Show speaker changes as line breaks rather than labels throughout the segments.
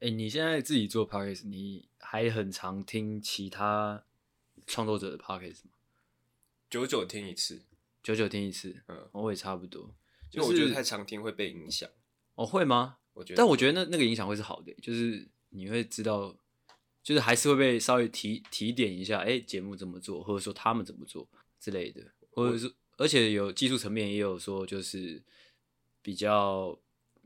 哎、你现在自己做 podcast，你还很常听其他创作者的 podcast 吗？
久久听一次，
久久听一次，哦
嗯，
我也差不多。
因为我觉得太常听会被影响。
哦，会吗？
我觉得，
但我觉得那那个影响会是好的、就是你会知道，就是还是会被稍微提提点一下，哎、节目怎么做，或者说他们怎么做之类的，或者是而且有技术层面也有说，就是比较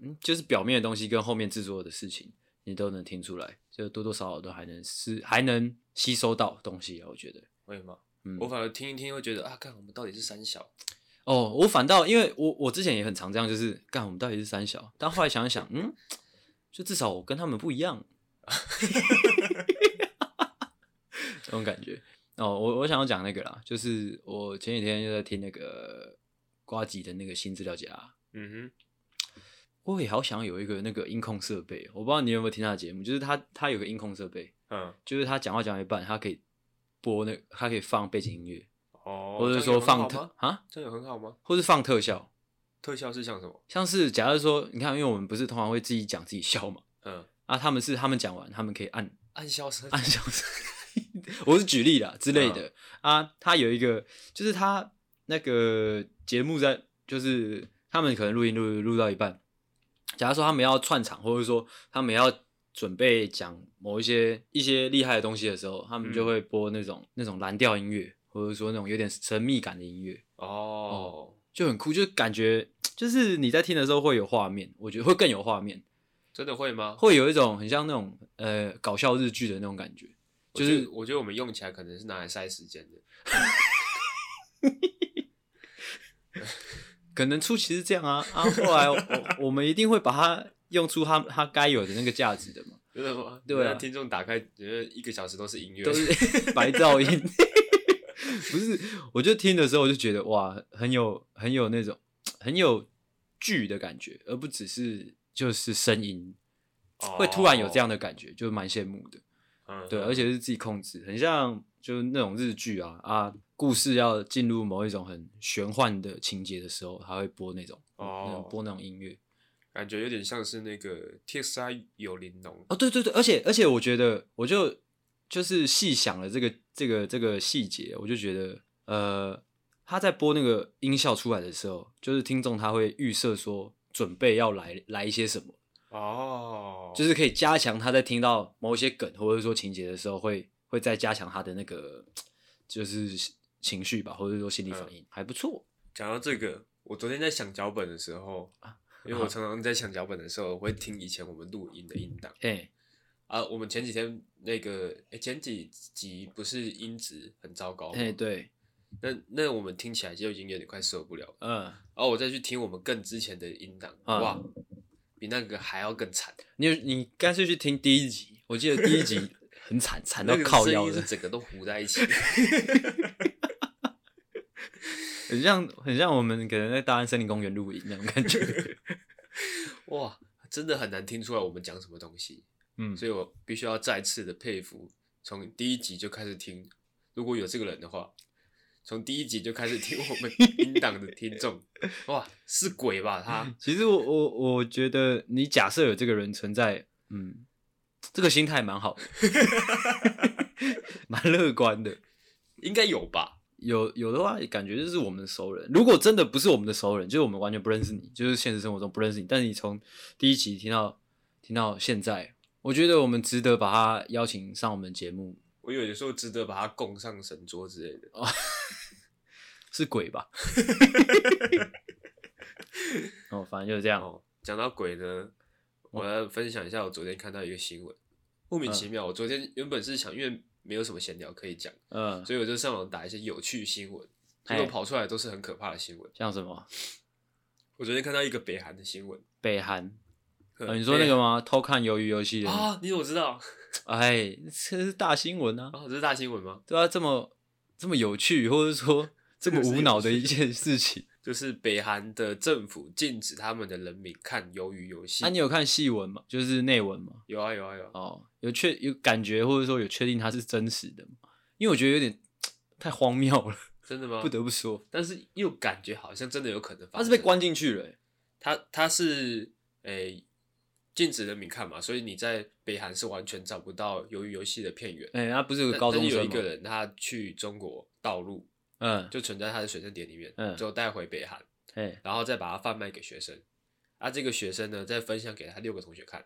嗯，就是表面的东西跟后面制作的事情，你都能听出来，就多多少少都还能是还能吸收到东西啊，我觉得，
会吗？
嗯，
我反而听一听会觉得啊，看我们到底是三小，
哦，我反倒因为我我之前也很常这样，就是干我们到底是三小，但后来想一想，嗯，就至少我跟他们不一样， 这种感觉。哦，我我想要讲那个啦，就是我前几天就在听那个瓜吉的那个新资料夹，
嗯
我也好想有一个那个音控设备，哦我不知道你有没有听他的节目，就是他他有个音控设备，
哼，嗯，
就是他讲话讲到一半，他可以播那他可以放背景音乐，
哦，
或者
这样
说
有很好
放
吗
特，啊，
这样有很好吗？
或是放特效。
特效是像什么？
像是假如说，你看，因为我们不是通常会自己讲自己笑嘛，
嗯，
啊，他们是他们讲完，他们可以按
暗笑声，
按笑声， 我是举例啦之类的、啊。他有一个，就是他那个节目在，就是他们可能录音录录到一半，假如说他们要串场，或者说他们要准备讲某一些一些厉害的东西的时候，他们就
嗯
会播那种、那种蓝调音乐，或者说那种有点神秘感的音乐。
哦，
就很酷，就感觉就是你在听的时候会有画面，我觉得会更有画面，
真的会吗？
会有一种很像那种呃搞笑日剧的那种感觉。
我觉
就是
得我觉得我们用起来可能是拿来塞时间的，
可能初期是这样啊啊，后来我我们一定会把它用出它它该有的那个价值的嘛，
真的吗？
对啊
那听众打开觉得一个小时都是音乐，
都是白噪音。 不是，我就听的时候我就觉得哇，很有很有那种很有剧的感觉，而不只是就是声音，
哦
会突然有这样的感觉，就蛮羡慕的。
嗯
对，
嗯
而且是自己控制，很像就是那种日剧啊啊，故事要进入某一种很玄幻的情节的时候，他会播那种那
哦
种播那种音乐
感觉有点像是那个 TXR 有玲珑，
哦，对对对，而且而且我觉得我就就是细想了这个这个这个细节，我就觉得呃，他在播那个音效出来的时候，就是听众他会预设说准备要来来一些什么，
哦，
就是可以加强他在听到某一些梗或者说情节的时候会，会再加强他的那个就是情绪吧，或者说心
嗯
理反应，还不错。
讲到这个，我昨天在想脚本的时候，
啊
因为我常常在想脚本的时候，我会听以前我们录音的音档
哎、
啊。我们前几天那个，诶前几集不是音质很糟糕吗？
哎、对，
那那我们听起来就已经有点快受不了了。
嗯，
然后我再去听我们更之前的音档，
嗯
哇，比那个还要更惨，
你你干脆去听第一集，我记得第一 集很惨，惨到
那个
靠
声
腰
音是
的，
整个都糊在一起。
很像很像我们可能在大安森林公园露营那种感觉。
哇，真的很难听出来我们讲什么东西，
嗯，
所以我必须要再次的佩服，从第一集就开始听，如果有这个人的话，从第一集就开始听我 们音档的听众，哇，是鬼吧他？
其实我我我觉得你假设有这个人存在，嗯，这个心态蛮 好的，蛮乐观的。
应该有吧？
有有的话，感觉就是我们的熟人。如果真的不是我们的熟人，就是我们完全不认识你，就是现实生活中不认识你。但是你从第一集听到听到现在，我觉得我们值得把他邀请上我们节目，
我有的时候值得把他供上神桌之类的。
是鬼吧？ 哦，反正就是这样。
哦，讲到鬼呢，我
哦
来分享一下我昨天看到一个新闻，莫名其妙，我昨天原本是想，因为没有什么闲聊可以讲，
嗯，
所以我就上网打一些有趣新闻，结
嘿
果跑出来都是很可怕的新闻。
像什么
我昨天看到一个北韩的新闻，
北韩、
呃
呃你说那个吗？偷看鱿鱼游戏的那个，
啊？你怎么知道？
哎，这是大新闻啊！
啊，这是大新闻吗？
对啊，这么这么有趣，或者说这么
这个是
无脑
有
的
趣
一件事情。
就是北韩的政府禁止他们的人民看鱿鱼游戏。
那、啊你有看细文吗？就是内文吗？
有啊有啊有啊，
哦，有确有感觉，或者说有确定它是真实的吗？因为我觉得有点太荒谬了，
真的吗？
不，得不说，
但是又感觉好像真的有可能发
他
生。
是被关进去了欸、
他他是诶、禁止人民看嘛，所以你在北韩是完全找不到《鱿鱼游戏》的片源。
哎、他不是有个
但
高
但
中
是有
生吗
一个，人他去中国盗录，
嗯，
就存在他的水生碟里面，
嗯
之后带回北韩，
哎、
然后再把它贩卖给学生。啊，这个学生呢，再分享给他六个同学看，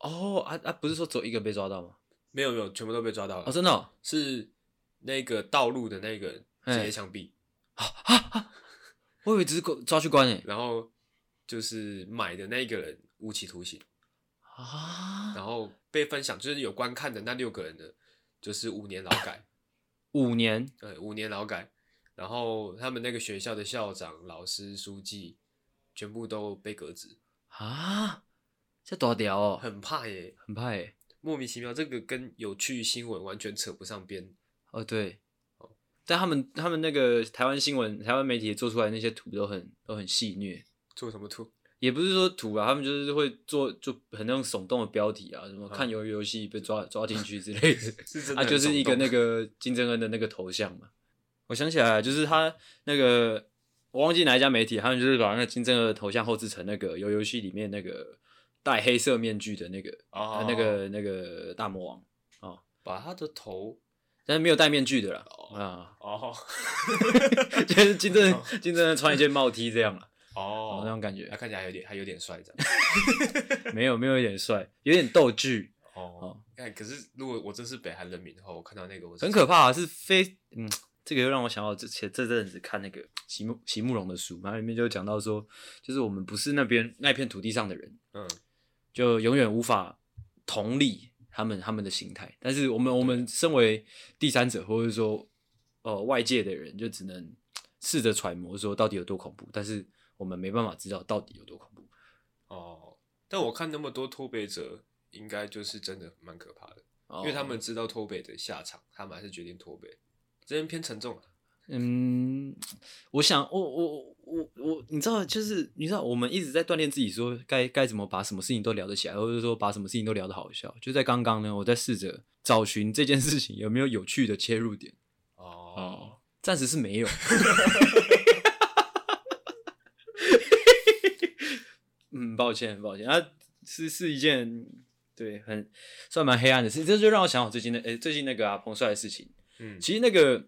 哦，啊啊，不是说只有一个被抓到吗？
没有没有，全部都被抓到了。
哦，真的、哦，
是那个道路的那个人直
嘿
接枪毙，
我以为只是关抓去关欸诶、
然后就是买的那个人无期徒刑，
啊，
然后被分享就是有观看的那六个人呢，就是五年劳改，
五年，
对，五年劳改。然后他们那个学校的校长、老师、书记全部都被革职，
啊，这多屌哦，
很怕耶，
很欸怕诶、
莫名其妙，这个跟有趣新闻完全扯不上边。
哦，对，但他们他们那个台湾新闻、台湾媒体做出来那些图都很都很戏虐，
做什么图？
也不是说图啊，他们就是会做就很那种耸动的标题啊，什么看鱿鱼游戏被抓抓进去之 类的。
是嗯真的
啊，
很
就是一
耸
个
动
那 个金正恩的那个头像嘛。我想起来了，啊就是他那个我忘记哪一家媒体，他们就是把那个金正恩的头像后置成那个游游戏里面那个戴黑色面具的那个、
哦
呃、那个那个大魔王，
把他的头
但是没有戴面具的啦
哦
啊，
哦
就是金正恩金正恩穿一件帽 T 这样了，
哦
那种感
他
觉，
看起来还有点还有点帅这样。
没有没有一点帅，有点逗剧，
哦，哎，可是如果我真是北韩人民的话，我看到那个我是
很可怕、啊，是非嗯，这个又让我想到之前这阵子看那个席慕席慕容的书，然后里面就讲到说，就是我们不是那边那片土地上的人，
嗯，
就永远无法同理他们他们的心态，但是我们我们身为第三者或者说呃外界的人，就只能试着揣摩说到底有多恐怖，但是我们没办法知道到底有多恐怖。
哦，但我看那么多脱北者，应该就是真的蛮可怕的，
哦
因为他们知道脱北的下场，他们还是决定脱北，这边偏沉重啊了。
嗯，我想，我我我我，你知道，就是你知道，我们一直在锻炼自己说该该怎么把什么事情都聊得起来，或者说把什么事情都聊得好笑。就在刚刚呢，我在试着找寻这件事情有没有有趣的切入点。
哦，，
暂时是没有。嗯，抱歉，抱歉，啊，是是一件对很算蛮黑暗的事，这就让我想我最近的，诶、最近那个啊彭帅的事情。
嗯，
其实那个，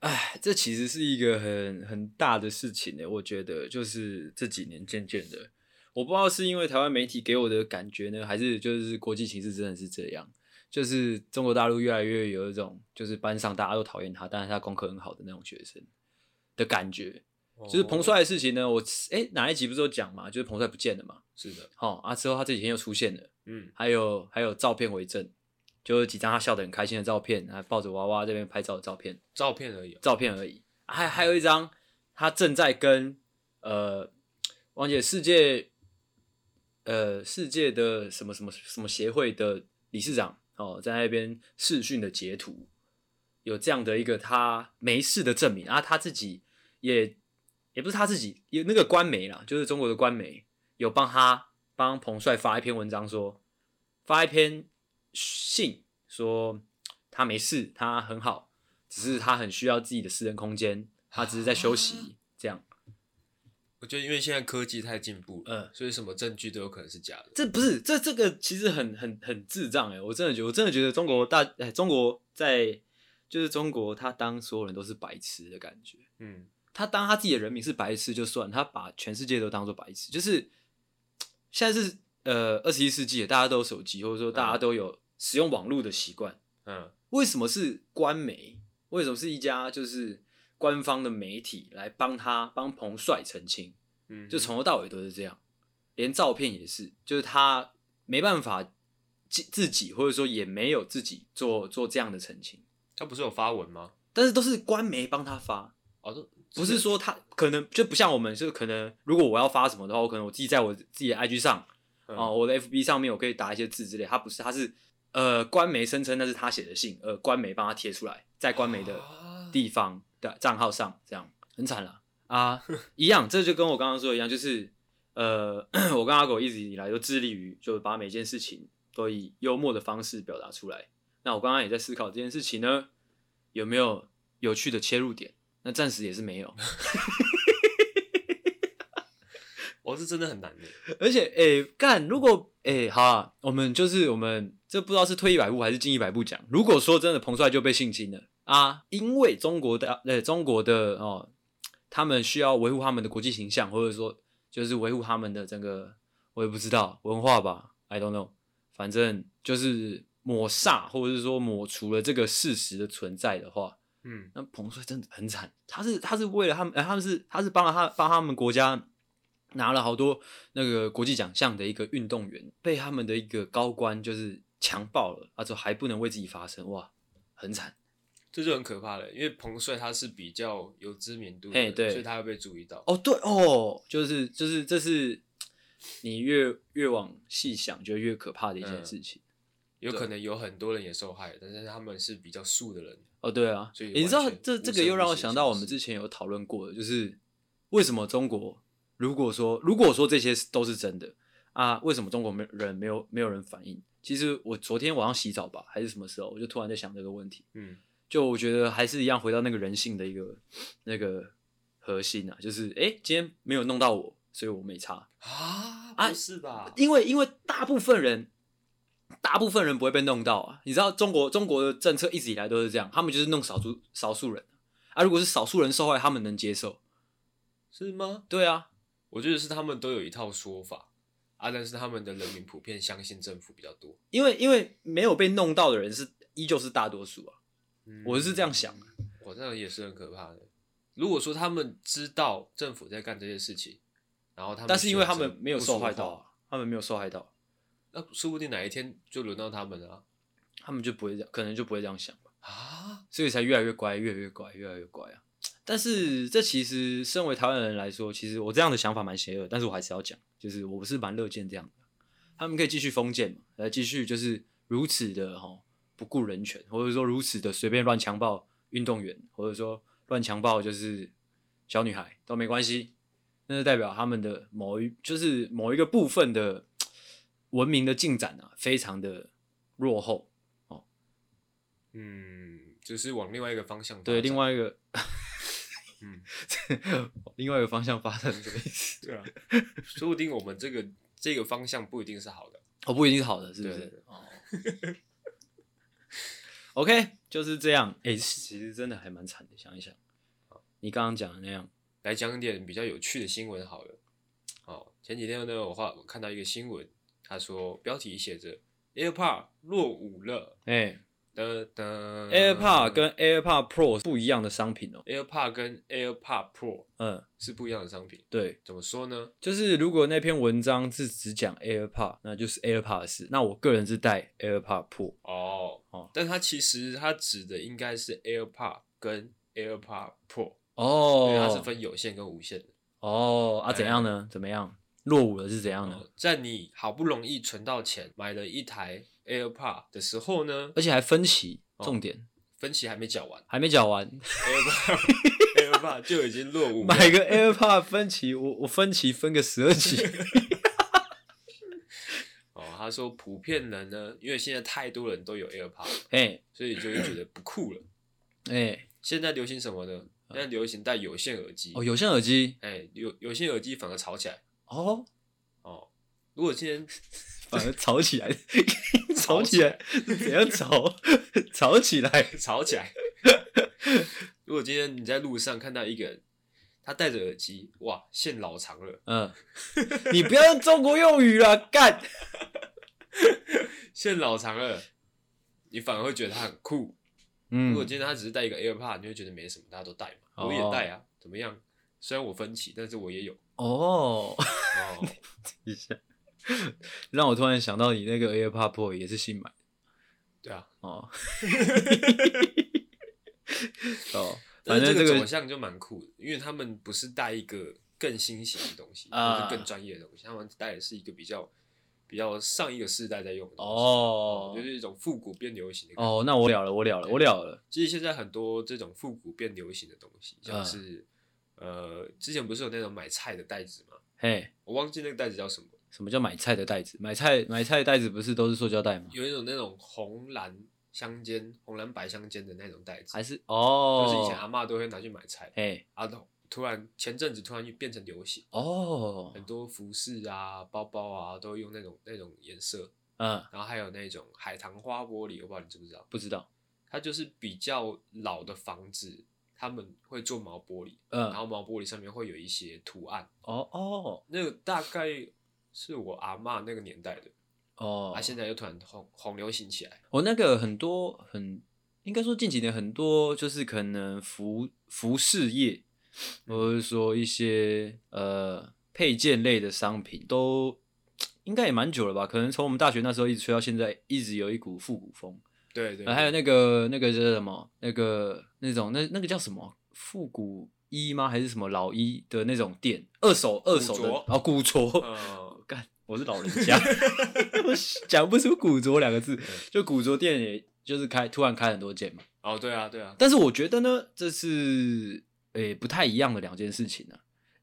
哎，这其实是一个很很大的事情呢。我觉得就是这几年渐渐的，我不知道是因为台湾媒体给我的感觉呢，还是就是国际形势真的是这样，就是中国大陆越来越有一种就是班上大家都讨厌他，但是他功课很好的那种学生的感觉。
哦
就是彭帅的事情呢，我哎哪一集不是有讲嘛？就是彭帅不见了嘛，
是的，
哦啊之后他这几天又出现了。
嗯，
还有还有照片为证，就是几张他笑得很开心的照片，还抱着娃娃这边拍照的照片，
照片而已哦。
照片而已。还还有一张他正在跟呃，王姐世界呃世界的什么什么什么协会的理事长哦，在那边视讯的截图，有这样的一个他没事的证明啊，他自己也也不是他自己，有那个官媒啦，就是中国的官媒有帮他帮彭帅发一篇文章说，发一篇信说他没事，他很好，只是他很需要自己的私人空间，他只是在休息这样。
我觉得因为现在科技太进步了，
嗯
所以什么证据都有可能是假的。
这不是这这个其实很很很智障哎、我真的觉得我真的觉得中国大哎、中国在就是中国，他当所有人都是白痴的感觉，
嗯，
他当他自己的人民是白痴就算，他把全世界都当做白痴，就是现在是呃二十一世纪了，大家都有手机，或者说大家都有使用网络的习惯，
嗯，
为什么是官媒？为什么是一家就是官方的媒体来帮他帮彭帅澄清？
嗯，
就从头到尾都是这样，连照片也是，就是他没办法自自己或者说也没有自己做做这样的澄清，
他不是有发文吗？
但是都是官媒帮他发，
哦，都
不是说他可能就不像我们，就是可能如果我要发什么的话，我可能我自己在我自己的 IG 上
嗯
哦，我的 FB 上面我可以打一些字之类，他不是，他是呃官媒声称那是他写的信，呃官媒帮他贴出来，在官媒的
啊
地方的账号上，这样很惨了啊， 一样，这就跟我刚刚说的一样，就是呃， 我跟阿狗一直以来都致力于就把每件事情都以幽默的方式表达出来。那我刚刚也在思考这件事情呢，有没有有趣的切入点？那暂时也是没有。
哦，这真的很难的。
而且，诶、干，如果，诶、好啊，我们就是我们这不知道是退一百步还是进一百步讲。如果说真的彭帅就被性侵了啊，因为中国的，呃、中国的哦，他们需要维护他们的国际形象，或者说就是维护他们的整个，我也不知道文化吧，I don't know，反正就是抹煞或者是说抹除了这个事实的存在的话，
嗯，
那彭帅真的很惨，他是他是为了他们，呃、他们是他是帮了他帮他们国家拿了好多那个国际奖项的一个运动员，被他们的一个高官就是强暴了，啊，就还不能为自己发声，哇，很惨。
这就很可怕了，因为彭帅他是比较有知名度的
嘿
人，
哎对
所以他会被注意到。
哦，对哦，就是就是这是你越越往细想就越可怕的一件事情。
有可能有很多人也受害，但是他们是比较素的人。
哦，对啊，
所以
欸你知道
完全
这
无
这个
声
又
无
让我
息
想
是
到
不
我们
是
之前有讨论过的，就是为什么中国如果说如果说这些是都是真的啊，为什么中国没人没有没有人反应？其实我昨天晚上洗澡吧，还是什么时候，我就突然在想这个问题。
嗯，
就我觉得还是一样回到那个人性的一个那个核心啊，就是诶，今天没有弄到我，所以我没差。
啊，
啊
不是吧？
因为因为大部分人，大部分人不会被弄到啊。你知道中国中国的政策一直以来都是这样，他们就是弄少数少数人啊。如果是少数人受害，他们能接受。
是吗？
对啊，
我觉得是他们都有一套说法啊，但是他们的人民普遍相信政府比较多。
因为因为没有被弄到的人是依旧是大多数啊。
嗯
我是这样想的，
我这样也是很可怕的。如果说他们知道政府在干这些事情，然后他们，
但是因为他们没有受害到，啊，他们没有受害到，
那说不定哪一天就轮到他们了
他们就不会这样，可能就不会这样想吧。
啊！
所以才越来越乖，越来越乖，越来越乖啊。但是这其实身为台湾人来说，其实我这样的想法蛮邪恶，但是我还是要讲，就是我是蛮乐见这样的。他们可以继续封建嘛，来继续就是如此的哈不顾人权，或者说如此的随便乱强暴运动员，或者说乱强暴就是小女孩都没关系，那是代表他们的某一就是某一个部分的文明的进展啊，非常的落后。
嗯，就是往另外一个方向发展。
对，另外一个
嗯，
另外一个方向发展什么意思？
对啊，说不定我们这个这个方向不一定是好的。
哦，不一定是好的，是不
对对
是？哦，OK，就是这样。哎、其实真的还蛮惨的，想一想，你刚刚讲的那样，
来讲点比较有趣的新闻好了。哦，前几天呢，我画我看到一个新闻，他说标题写着 AirPod 落伍了。
哎、
噔噔
AirPod 跟 AirPod Pro 是不一样的商品哦。
AirPod 跟 AirPod Pro
嗯，
是不一样的商品。
对，
怎么说呢？
就是如果那篇文章是只讲 AirPod，那就是 AirPod 的事。那我个人是带 AirPod Pro。
哦
哦
但它其实它指的应该是 AirPod 跟 AirPod Pro，、因为它是
哦
分哎有线跟无线的。
哦啊，怎样呢？怎么样？落伍了是怎样呢？
哦在你好不容易存到钱买了一台 AirPod 的时候呢，
而且还分歧，
哦
重点、
分期还没缴 完
还没讲完，
，AirPod AirPod 就已经落伍了。
买个 AirPod 分期，我我分期分个十二期。
哦，他说普遍人呢，因为现在太多人都有 AirPod，了
哎
所以就会觉得不酷了。
哎，
现在流行什么呢？现在流行戴有线耳机。
嗯哦，有线耳机
哎，有有线耳机反而吵起来
哦，
哦。如果 今天
反而吵起来，吵起 来是怎样吵？ 吵起来，
吵起来。如果今天你在路上看到一个人，他戴着耳机，哇，线老长了，
嗯，你不要用中国用语了，干。
线老长了，你反而会觉得他很酷。 如
嗯
果今天他只是戴一个 AirPod，你会觉得没什么，大家都戴嘛，
哦
我也戴啊，怎么样？虽然我分歧，但是我也有。
哦，
哦，
一下，让我突然想到你那个 AirPod Pro 也是新买的
对啊，
哦。哦，
但
反正
是这
这
个
个
走向就蛮酷的，因为他们不是戴一个更新型的东西，
啊
或是更专业的东西，他们戴的是一个比较比较上一个世代在用的东西。
哦
就是一种复古变流行的感觉。
哦，那我了了，我了了，我了了。
其实现在很多这种复古变流行的东西，
嗯
像是、呃，之前不是有那种买菜的袋子吗？
嘿，
我忘记那个袋子叫什么，
什么叫买菜的袋子？买菜买菜的袋子不是都是塑胶袋吗？
有一种那种红蓝相间、红蓝白相间的那种袋子，
还是
就是
哦，
以前阿嬷都会拿去买菜，
哎
啊，都突然前阵子突然就变成流行，
哦，
很多服饰啊、包包啊都用那种那种颜色，
嗯，
然后还有那种海棠花玻璃，我不知道你知不知道，
不知道，
它就是比较老的房子，他们会做毛玻璃，然
嗯，
后毛玻璃上面会有一些图案，
哦哦
那个大概是我阿嬷那个年代的，
哦
啊，，现在又突然红红流行起来，
我那个很多很，应该说近几年很多就是可能服服饰业，或者说一些呃配件类的商品，都应该也蛮久了吧？可能从我们大学那时候一直吹到现在，一直有一股复古风。
对对
然后呃还有
对
那个那个叫什么？那个那种那那个叫什么复古衣吗？还是什么老衣的那种店？二手二手的
古着
哦，古着。
嗯，
干，我是老人家，我讲不出古着两个
嗯
字。 就古着店，也就是开突然开很多间嘛。
哦，对啊，对啊，
但是我觉得呢，这是诶、不太一样的两件事情啊，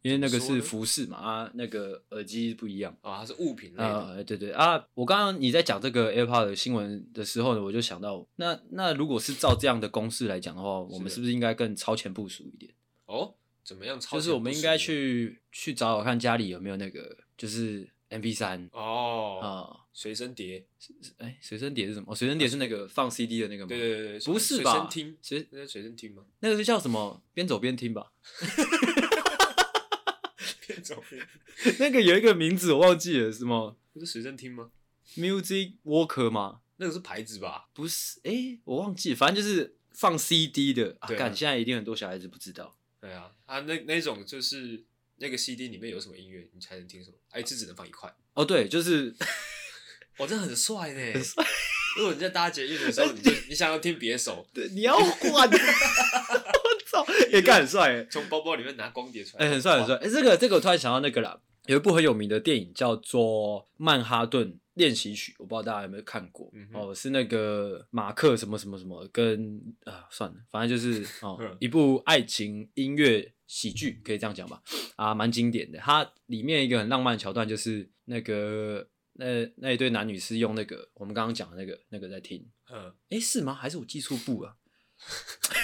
因为那个
怎么说
是
呢
服饰嘛，啊，那个耳机不一样。
哦，它是物品类的，
啊、对对啊！我刚刚你在讲这个 AirPod 的新闻的时候呢，我就想到，那那如果是照这样的公式来讲的话，我们
是
是不是应该更超前部署一点？
哦，怎么样超前
就
部署？
是我们应该去去找找看家里有没有那个，就是 MP 三
哦，
啊，
随身碟，
哎，随身碟是什么？哦，随身碟是那个放 CD 的那个吗？
对对对对，
不是吧？
随身听，
随
那叫随身听吗？
那个是叫什么？边走边听吧。
变走变，
那个有一个名字我忘记了，什么
不是随身听吗？
Music Walker 吗？
那个是牌子吧？
不是，哎、我忘记了，反正就是放 CD 的。啊，
对啊
干、现在一定很多小孩子不知道。
对啊，啊，那那种就是那个 CD 里面有什么音乐，你才能听什么？哎，这只能放一块，
哦，对，就是
哇，这很帅呢，如果你在搭捷运的时候，你就你想要听别首，
对你要 换，我操，也干很帅欸，
从包包里面拿光碟出来，
哎、很帅很帅。哎、这个这个我突然想到那个啦，有一部很有名的电影叫做《曼哈顿练习曲》，我不知道大家有没有看过。
嗯哼
哦，是那个马克什么什么什么跟啊，算了，反正 就是哦
嗯，
一部爱情音乐喜剧，可以这样讲吧？啊，蛮经典的。它里面一个很浪漫的桥段就是那个。那那一对男女是用那个我们刚刚讲的那个那个在听，
嗯，
诶，是吗？还是我记错部了、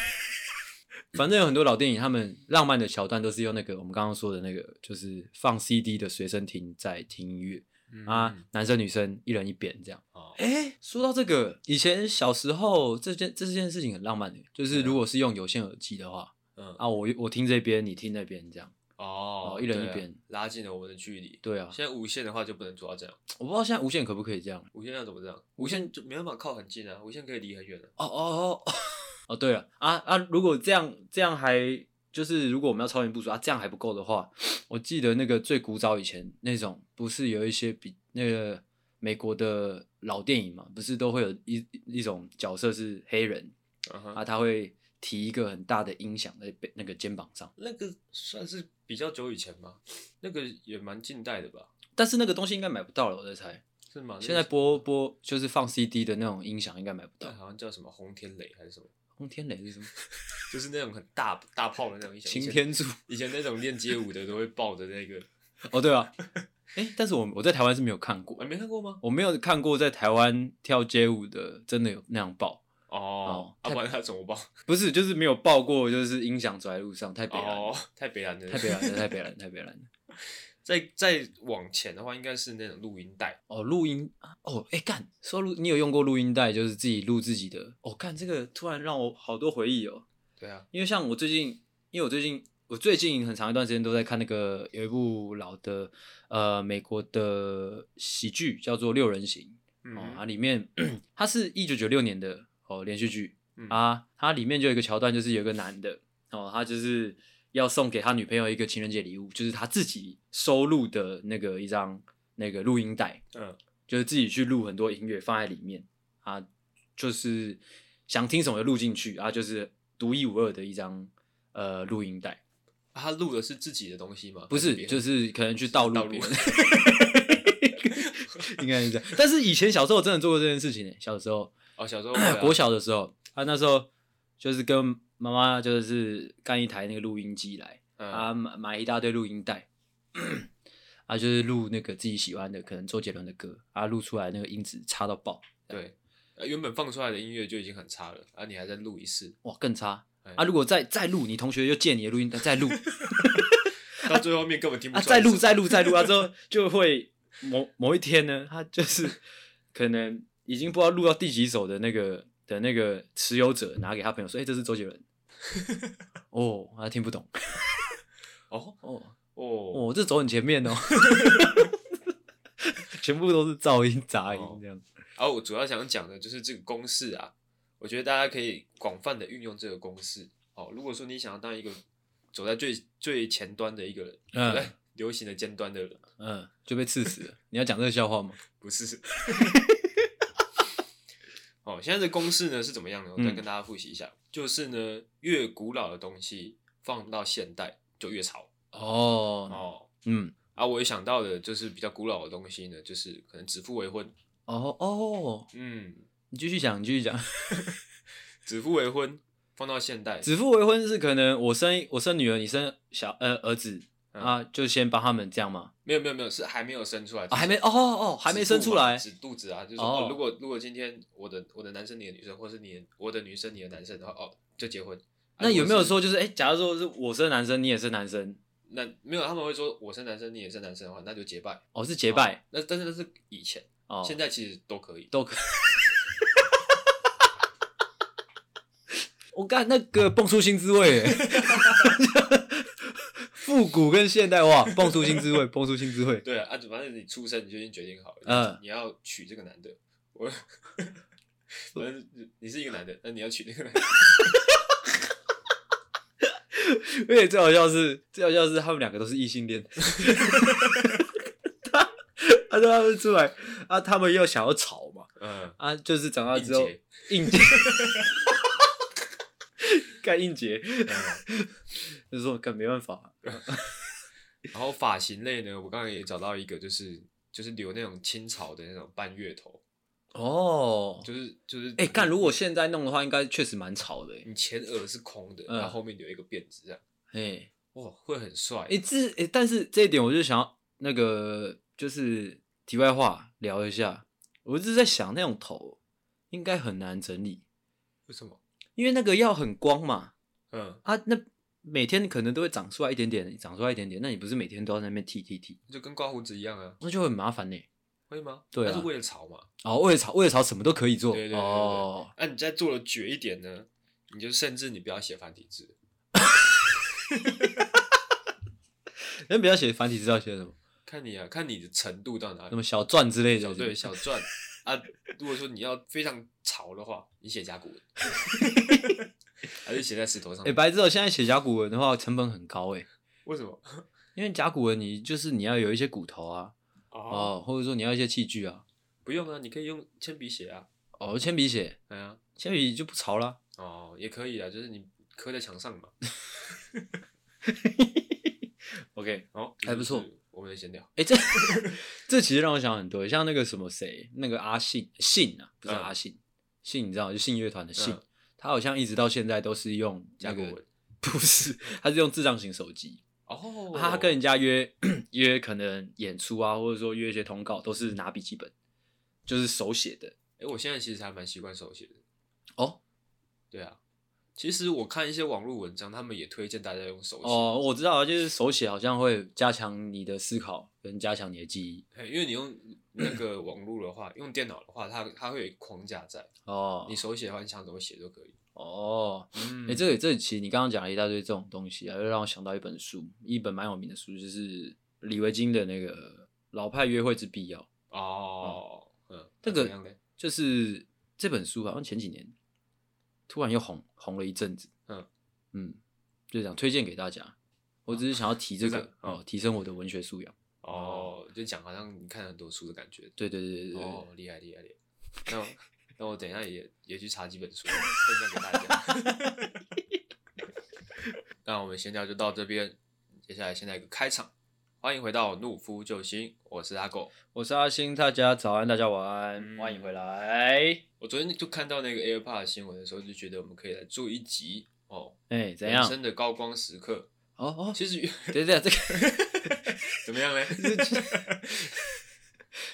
反正有很多老电影，他们浪漫的桥段都是用那个我们刚刚说的那个，就是放 CD 的随身听在听音乐、
嗯
啊，，男生女生一人一边这样。
哦，
诶，说到这个，以前小时候这件这件事情很浪漫的，就是如果是用有线耳机的话
嗯，
啊，我我听这边，你听那边这样。
哦
哦，一人
对
一
啊
边
拉近了我们的距离。
对啊，
现在无线的话就不能做到这样，
我不知道现在无线可不可以这样。
无线要怎么这样？无线就没办法靠很近啊，无线可以离很远的。
哦哦 哦哦，对了啊啊！如果这样这样还就是如果我们要超前部署啊，这样还不够的话，我记得那个最古早以前那种，不是有一些比那个美国的老电影嘛，不是都会有一一种角色是黑人
嗯哼
啊，他会提一个很大的音响在背那个肩膀上，
那个算是比较久以前吧，那个也蛮近代的吧？
但是那个东西应该买不到了，我在猜。
是吗？
现在播播就是放 CD 的那种音响应该买不
那
到
个。好像叫什么轰天雷还是什么，
轰天雷是 什么？
就是那种很大大炮的那种音响。
擎天柱。
以前以前那种练街舞的都会抱的那个，
哦，对啊。哎、但是我我在台湾是没有看 过
啊，。没看过吗？
我没有看过在台湾跳街舞的真的有那样爆，
哦
哦，
啊，不然他怎么抱？
不是，就是没有爆过，就是音响走在路上，太北蓝了，
哦，太北蓝了，
太北蓝了，太北蓝了，太北蓝了。
再再往前的话，应该是那种录音带，
哦，录音哦，哎、干，说录，你有用过录音带，就是自己录自己的。哦，干，这个突然让我好多回忆哦，
对啊，
因为像我最近，因为我最近，我最近很长一段时间都在看那个有一部老的呃美国的喜剧，叫做《六人行》。哦，啊，
嗯，
里面 它是一九九六年的哦连续剧、
嗯
啊，它里面就有一个桥段，就是有一个男的哦，他就是要送给他女朋友一个情人节礼物，就是他自己收录的那个一张那个录音带，
嗯，
就是自己去录很多音乐放在里面啊，就是想听什么就录进去啊，就是独一无二的一张呃录音带，
啊他录的是自己的东西吗？
不
还
是
别人
就是可能去盗录
盗录
别人。 应该是这样，但是以前小时候真的做过这件事情、欸，小时候，
哦，小时候
国小的时候，他、那时候就是跟妈妈就是干一台那个录音机来，
啊，
啊买买一大堆录音带， 啊就是录那个自己喜欢的，可能周杰伦的歌，啊录出来那个音质差到爆，
对，呃原本放出来的音乐就已经很差了，啊，你还在录一次，
哇更差，啊，如果再再录，你同学就借你的录音带 再录
到最后面根本听不
啊，
出来
再
是什么。
录再录再录啊，之后就会某某一天呢，他就是可能已经不知道录到第几首的那个的那个持有者拿给他朋友说，哎、这是周杰伦。 哦，他听不懂。
哦
哦
哦，
哦，这走很前面哦， 全部都是噪音杂音这样。
啊，我主要想讲的就是这个公式啊，我觉得大家可以广泛的运用这个公式。哦，如果说你想要当一个走在最最前端的一个人，
嗯
走在流行的尖端的人，
嗯，就被刺死了。 你要讲这个笑话吗？
不是。 哦，现在的公式呢是怎么样呢？我再
嗯
跟大家复习一下，就是呢，越古老的东西放到现代就越潮
哦，
哦。
嗯，
啊，我也想到的就是比较古老的东西呢，就是可能指腹为婚，
哦哦，
嗯，
你继续讲，你继续讲。
指腹为婚放到现代，
指腹为婚是可能我生我生女儿，你生小呃儿子
嗯
啊，就先帮他们这样吗？
没有没有没有，是还没有生出来，
啊，还没哦哦哦，还没生出来
指肚子啊，就是
哦
说，哦如果如果今天我的我的男生你的女生，或是你的我的女生你的男生的话，哦，就结婚。啊
那有没有？
如果是
说就是哎、诶假如说是我生男生，你也生男生，
那没有，他们会说我生男生你也生男生的话，那就结拜。
哦是结拜
那但是那是以前，
哦，
现在其实都可以。
都可。 我干那个蹦出新滋味耶， 复古跟现代化蹦出新滋味，蹦出新滋味。
对啊，啊反正你出生你就已经决定好了，
嗯
你要娶这个男的。 我反正你是一个男的，那你要娶那个 男的。
而且最好笑是，最好笑是他们两个都是异性恋。 他，他说他们出来啊，他们又想要吵嘛
嗯，
啊，就是长大
应
之后
节
应节， 干应节，
嗯
就说干没办法，
然后发型类呢，我刚刚也找到一个，就是就是留那种清朝的那种半月头，
哦，
就是就是
哎、干如果现在弄的话，应该确实蛮吵的欸，
你前额是空的，
嗯
然后后面留一个辫子这样，
哎、
哇，会很帅。
哎、这、哎，但是这一点我就想要那个就是题外话聊一下，我就是在想那种头应该很难整理，
为什么？
因为那个要很光嘛。
嗯，
啊，那每天可能都会长出来一点点，长出来一点点，那你不是每天都要在那边剃剃剃，
就跟刮胡子一样啊，
那就很麻烦呢。
会吗？
对啊
那是为了潮嘛。
哦，为了草，为了草什么都可以做。
对对对对对
哦，
那、你再做的绝一点呢，你就甚至你不要写繁体字，
那不要写繁体字，要写什么？
看你啊，看你的程度到哪
什
里。
么小篆之类的
小
是不
对
是。
小篆啊，如果说你要非常潮的话，你写甲骨 文，还是写在石头上
哎、
面？
白知道现在写甲骨文的话，成本很高哎，
为什么？
因为甲骨文你就是你要有一些骨头啊，
哦，
哦，或者说你要一些器具啊，
不用啊，你可以用铅笔写啊。
哦，铅笔写，
哎呀、
铅笔就不潮啦。
哦，也可以啊，就是你刻在墙上嘛。
OK，
哦，
还不错。
我们的闲聊，
哎、 这这其实让我想很多，像那个什么谁，那个阿信信啊，不是
嗯
阿信，信你知道就信乐团的信，
嗯
他好像一直到现在都是用那
甲骨
个
文。
不是，他是用智障型手机，
哦，
他跟人家约 约可能演出啊，或者说约一些通告，都是拿笔记本，就是手写的。
哎、我现在其实还蛮习惯手写的。
哦
对啊，其实我看一些网络文章，他们也推荐大家用手写，
哦，我知道了，就是手写好像会加强你的思考跟加强你的记忆。
嘿因为你用那个网络的话，用电脑的话，它它会有一个框架在，
哦，
你手写的话，你想怎么写都可以。
哦，
嗯
哎、这里这里其实你刚刚讲了一大堆这种东西啊，又让我想到一本书，一本蛮有名的书，就是李维京的那个《老派约会之必要》，
哦，嗯，
这
那
个
怎么样嘞？
就是这本书好像前几年突然又红红了一阵子。
嗯
嗯，就这样推荐给大家。我只是想要提这
就
个
这样嗯
哦，提升我的文学素养。
哦，就讲好像你看很多书的感觉。
对对对对对对，
哦，厉害厉害厉害！那 我那我等一下也也去查几本书分享给大家。 那我们闲聊就到这边，接下来先来个开场，欢迎回到怒夫救星，我是阿狗。
我是阿星，大家早安，大家晚安，
嗯
欢迎回来。
我昨天就看到那个 AirPod 的新闻的时候，就觉得我们可以来做一集哦，
哎，怎
人
样？
生的高光时刻。
哦哦，
其实
等一下这个
怎么样呢？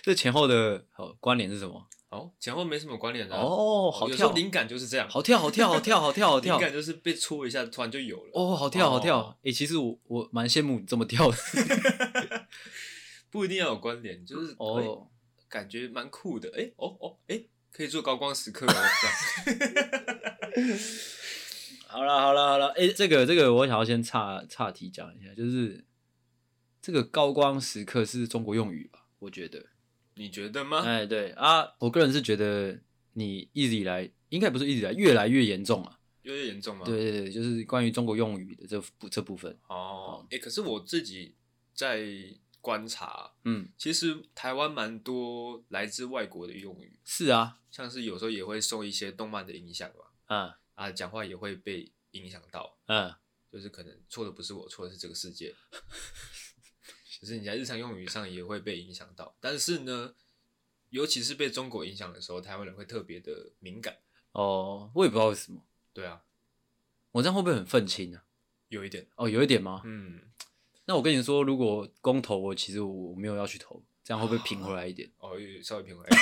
这前后的好关联是什么？
哦，前后没什么关联的啊、
哦，好
有时候
跳，
灵感就是这样，
好跳，好跳，好跳，好跳，好跳
灵。感就是被戳一下，突然就有了。
哦，好跳，好跳！哎、
哦
其实我我蛮羡慕你这么跳的。
不一定要有关联，就是哦，
哦，
感觉蛮酷的。哎、哦哦，哎、可以做高光时刻哦。 这样
好了，好了，好了。哎、这个这个，我想要先岔岔题讲一下，就是这个高光时刻是中国用语吧？我觉得。
你觉得吗？
哎，对啊，我个人是觉得你一直以来，应该不是一直以来，越来越严重啊。
有点严重吗？
对对对，就是关于中国用语的这部这部分。
哦，哎、可是我自己在观察，
嗯，
其实台湾蛮多来自外国的用语，
是啊，
像是有时候也会受一些动漫的影响嘛，
嗯
啊，讲话也会被影响到，
嗯，
就是可能错的不是我，错的是这个世界。就是你在日常用语上也会被影响到，但是呢，尤其是被中国影响的时候，台湾人会特别的敏感。
哦，我也不知道为什么，
对啊，
我这样会不会很愤青啊？
有一点，
哦，有一点吗？
嗯，
那我跟你说，如果公投，我其实我没有要去投，这样会不会平回来一点？
哦，有稍微偏回来。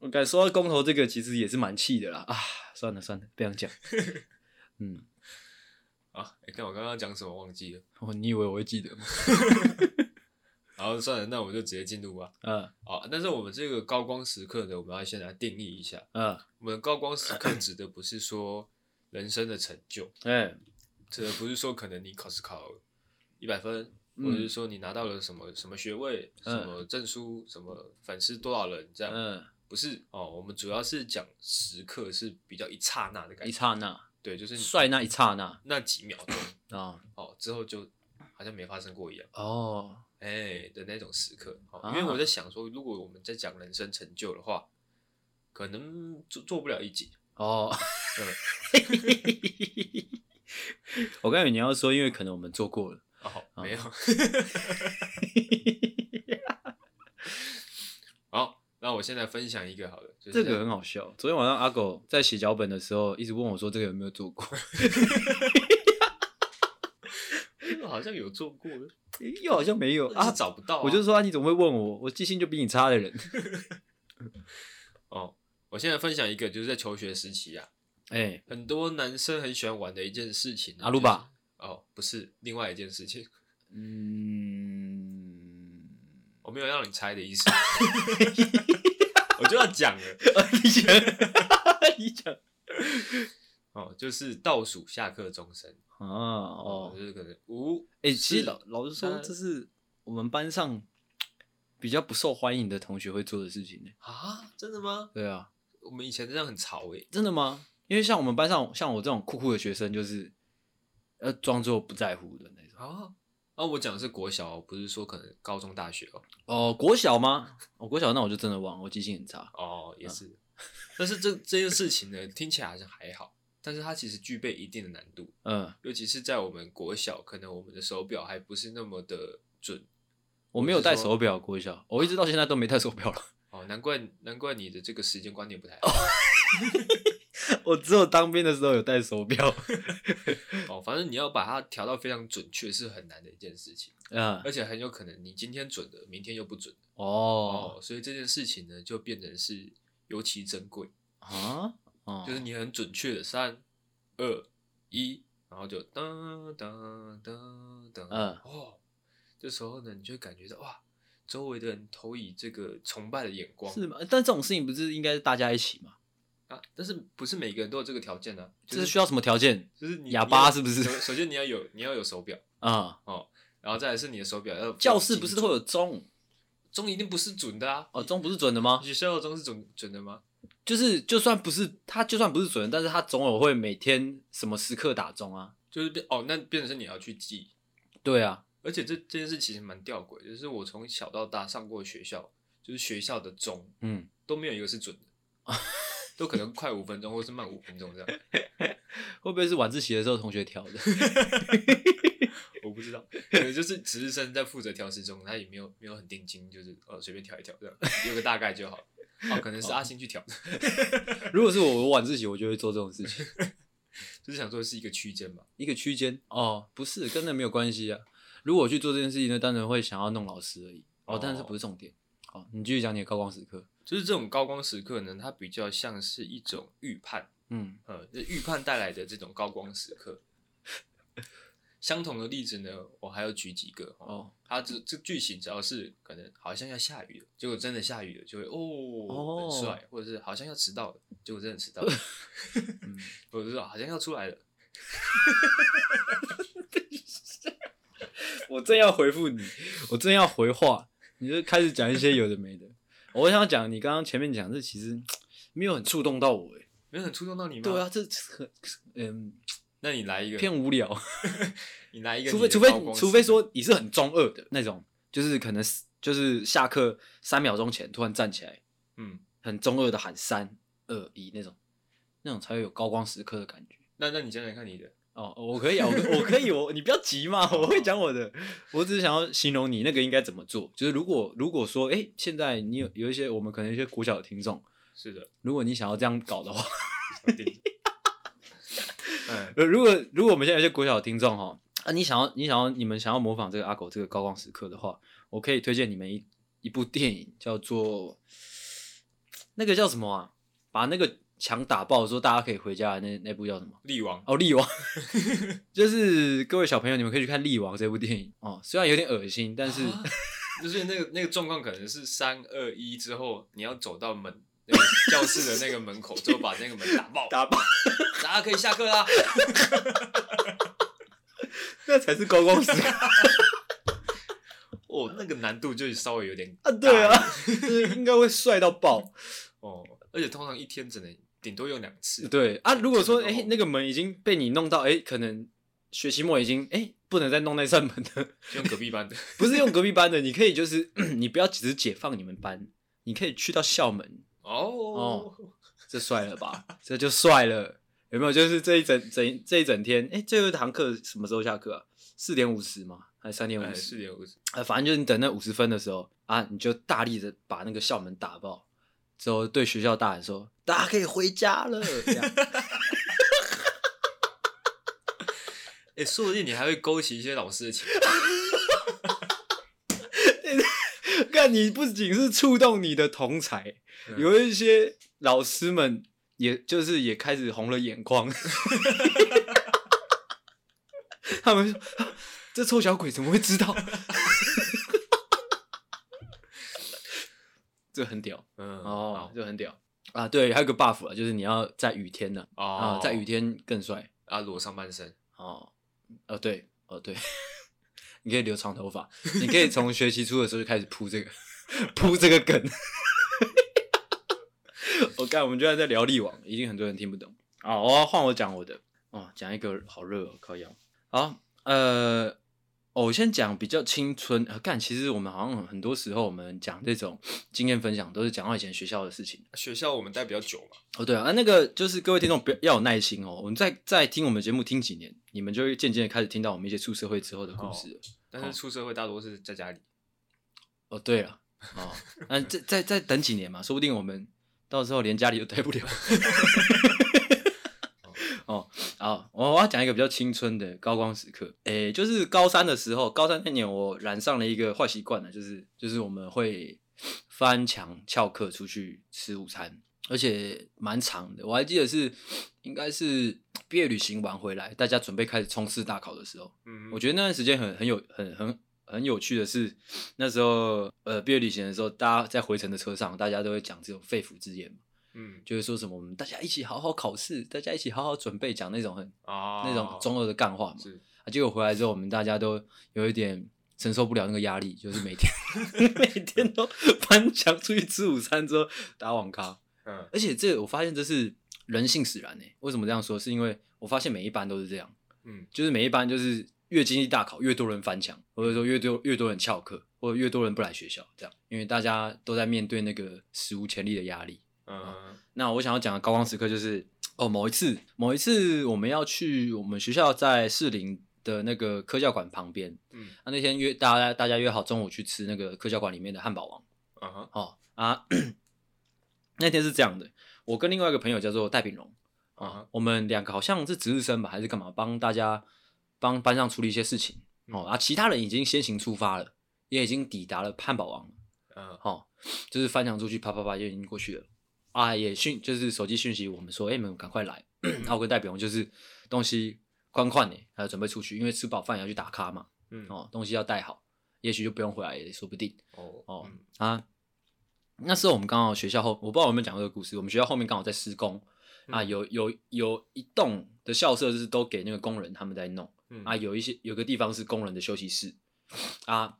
我感觉说到公投这个，其实也是蛮气的啦。啊，算了算了，不 想讲。嗯，
啊，哎、看我刚刚讲什么忘记了。
哦，你以为我会记得吗？
然后算了，那我就直接进入吧。
嗯
啊，但是我们这个高光时刻呢，我们要先来定义一下。
嗯，
我们高光时刻指的不是说人生的成就，
哎，
指的不是说可能你考试考一百分，或者是说你拿到了什么什么学位、
嗯
什么证书、什么粉丝多少人这样，
嗯，
不是哦。我们主要是讲时刻是比较一刹那的感
一
觉，
刹那，
对，就是你
帅那一刹那
那几秒钟，
啊，
哦，之后就好像没发生过一样。
哦，
哎、的那种时刻。哦，因为
啊
我在想说，如果我们在讲人生成就的话，可能做做不了一集。嗯
哦，我刚才你要说，因为可能我们做过了，
哦，
啊
没 有。好，那我现在分享一个好了，就是
这个很好笑。昨天晚上阿狗在写脚本的时候，一直问我说这个有没有做 过，
这个好像有做过，
又好像没有
但
啊
是。找不到啊、
我就说、啊、你怎么会问我？我记性就比你差的人。
哦，我现在分享一个，就是在求学时期啊，
哎、
很多男生很喜欢玩的一件事情呢，
阿鲁巴
就是。哦，不是，另外一件事情，
嗯，
我没有让你猜的意 思，我就要讲了。
哦你讲，你讲
哦，就是倒数下课钟声
啊哦，
就是可能五
哎、其实
是
老老实说，
嗯
这是我们班上比较不受欢迎的同学会做的事情呢。
啊，真的吗？
对啊，
我们以前这样很欸吵诶、
真的吗？因为像我们班上，像我这种酷酷的学生，就是要装作不在乎的那种。
啊啊，我讲的是国小哦，不是说可能高中、大学哦。
哦，国小吗？哦，国小那我就真的忘了，我记性很差。
哦，也是。 但是这这件事情呢，听起来好像还好，但是它其实具备一定的难度，
嗯，
尤其是在我们国小，可能我们的手表还不是那么的准。
我没有戴
我是说
手表，国小我一直到现在都没戴手表了。
哦，难怪难怪你的这个时间观念不太 好。
我只有当兵的时候有戴手 表。
哦，反正你要把它调到非常准确是很难的一件事情，
嗯，
而且很有可能你今天准的，明天又不准。
哦
哦，所以这件事情呢，就变成是尤其珍贵，
啊，哦
就是你很准确的三二一，然后就当当当当，
嗯
哦，这时候呢，你就会感觉到哇，周围的人投以这个崇拜的眼光，
是吗？但这种事情不是应该是大家一起吗？
啊，但是不是每个人都有这个条件呢、啊就
这是
是
需要什么条件
就是你
哑巴
你要
是不是
首首先你要有你要有手表，
啊？
然后再来是你的手表要
教室不是会
有
有钟
钟一定不是准的啊，
哦，钟不是准的吗？
你学校的钟是准准的吗？
就是就算不是他，就算不是准的，但是他总有会每天什么时刻打钟啊？
就是变哦，那变成是你要去记，
对啊，
而且这这件事其实蛮吊诡，就是我从小到大上过的学校，就是学校的钟
嗯，
都没有一个是准的，都可能快五分钟或是慢五分钟这样，
会不会是晚自习的时候同学调的？
我不知道，可能就是值日生在负责调时钟，他也没有没有很定睛，就是呃随便调一调这样，有个大概就好了。哦，可能是阿星去调，
如果是我，我晚自习我就会做这种事情，
就是想说是一个区间嘛。
一个区间哦，不是跟那没有关系啊。如果我去做这件事情呢，单纯会想要弄老师而已。哦，
哦
但是不是重点。好，你继续讲你的高光时刻。
就是这种高光时刻呢，它比较像是一种预判，
嗯
呃，就是预判带来的这种高光时刻。相同的例子呢，我还要举几个哦。
哦
它这这剧情只要是可能好像要下雨了，结果真的下雨了，就会哦
哦
很帅，或者是好像要迟到了，结果真的迟 到了，
嗯，
或者是好像要出来了，
我正要回复你， 我正要回话，你就开始讲一些有的没的。我想讲你刚刚前面讲这其实没有很触动到我诶。
没有很触动到你吗？
对啊，，这这很嗯
那你来一个，
偏无聊。
你来一个
除
你
非
的
除
高
非
光时刻，
除非说你是很中二的那种，就是可能是就是下课三秒钟前突然站起来，
嗯，
很中二的喊三二一那种，那种才会有高光时刻的感觉。
那那你讲讲看你的，
哦，我可以啊，我可我可以，我你不要急嘛，我会讲我的。我只是想要形容你那个应该怎么做，就是如果如果说，哎、现在你有有一些我们可能一些国小的听众，
是的，
如果你想要这样搞的话，
我定嗯，
呃，如果如果我们现在有些国小的听众哈，啊，你想要你想要你们想要模仿这个阿狗这个高光时刻的话，我可以推荐你们一一部电影，叫做那个叫什么啊？把那个墙打爆说大家可以回家的那那部叫什么？
力王，
哦，《力王》 就是各位小朋友，你们可以去看《力王》这部电影哦。虽然有点恶心，但 是、
啊就是那个那个状况可能是三二一之后，你要走到门那个教室的那个门口，之后把那个门打爆，
打爆
大家可以下课啦。
那才是高光 时刻
哦，那个难度就稍微有点
啊！对啊，就是应该会帅到爆。
哦，而且通常一天只能顶多用两次。
对啊，如果说
这
哎、
个
诶那个门已经被你弄到哎、诶可能学期末已经哎、诶不能再弄那扇门了，
用隔 壁班的，
不是用隔壁班的，你可以就是 你不要只是解放你们班，你可以去到校门，
哦，
这帅了吧？这就帅了，有没有？就是这一整整这一整天，哎、最后一堂课什么时候下课啊？四点五十吗？还是三点五
哎，
十
四？点五十，
呃，反正就是你等那五十分的时候啊，你就大力的把那个校门打爆，之后对学校大喊说：“大家可以回家了。” 这样
哎，说不定你还会勾起一些老师的情绪。
看你不仅是触动你的同才，
嗯
有一些老师们也就是也开始红了眼眶， 他们说、 啊这臭小鬼怎么会知道？ 这很屌
嗯
哦，，这很屌啊！对，还有个 buff 啊，就是你要在雨天呢
好哦
啊，，在雨天更帅
啊，裸上半身，
哦。哦，对，哦对， 你可以留长头发，你可以从学期初的时候就开始铺这个铺这个梗。 我看、我们居然在聊力网，一定很多人听不懂。哦，我要换我讲我的哦，讲一个好热哦，靠腰。好，呃，哦我先讲比较青春。呃，干，其实我们好像很多时候我们讲这种经验分享，都是讲到以前学校的事情。
学校我们待比较久嘛，
哦，对啊，啊那个就是各位听众不要要有耐心哦。我们在在听我们节目听几年，你们就会渐渐的开始听到我们一些出社会之后的故事了。
但是出社会大多是在家里。
哦，对了，哦，那再再再等几年嘛，说不定我们到时候连家里都待不了。 哦，好，我要讲一个比较青春的高光时刻，诶，就是高三的时候，高三那年我染上了一个坏习惯呢，就是就是我们会翻墙翘课出去吃午餐，而且蛮长的，我还记得是应该是毕业旅行完回来，大家准备开始冲刺大考的时候，
嗯，
我觉得那段时间很很有很很很有趣的是，那时候呃毕业旅行的时候，大家在回程的车上，大家都会讲这种肺腑之言嘛，
嗯
就是说什么我们大家一起好好考试，大家一起好好准备，讲那种很、
啊，
那种中二的干话嘛。
是
啊，结果回来之后，我们大家都有一点承受不了那个压力，就是每天每天都翻墙出去吃午餐之后打网咖，
嗯
而且这我发现这是人性使然呢、欸为什么这样说？是因为我发现每一班都是这样。
嗯
就是每一班就是越经济大考，越多人翻墙，或者说越多越多人翘课，或者越多人不来学校，这样，因为大家都在面对那个史无前例的压力。
嗯
那我想要讲的高光时刻就是，哦，某一次，某一次我们要去我们学校在士林的那个科教馆旁边，
嗯
那、那天约大家大家约好中午去吃那个科教馆里面的汉堡王，
啊哈
哦啊， 那天是这样的，我跟另外一个朋友叫做戴炳荣，
啊哈
我们两个好像是值日生吧，还是干嘛，帮大家帮班上处理一些事情。哦啊，其他人已经先行出发了，也已经抵达了汉堡王了，
嗯，
哦，就是翻墙出去，啪啪啪就已经过去了啊，也讯就是手机讯息我们说，哎、你们赶快来， 然后跟代表我们就是东西宽宽的，还有准备出去，因为吃饱饭也要去打卡嘛，
嗯
哦，东西要带好，也许就不用回来也说不定
哦
哦
嗯
啊。那时候我们刚好学校后，我不知道我有没有讲过这个故事，我们学校后面刚好在施工啊，
嗯
有有有一栋的校舍就是都给那个工人他们在弄。
嗯
啊，有一些有个地方是工人的休息室啊。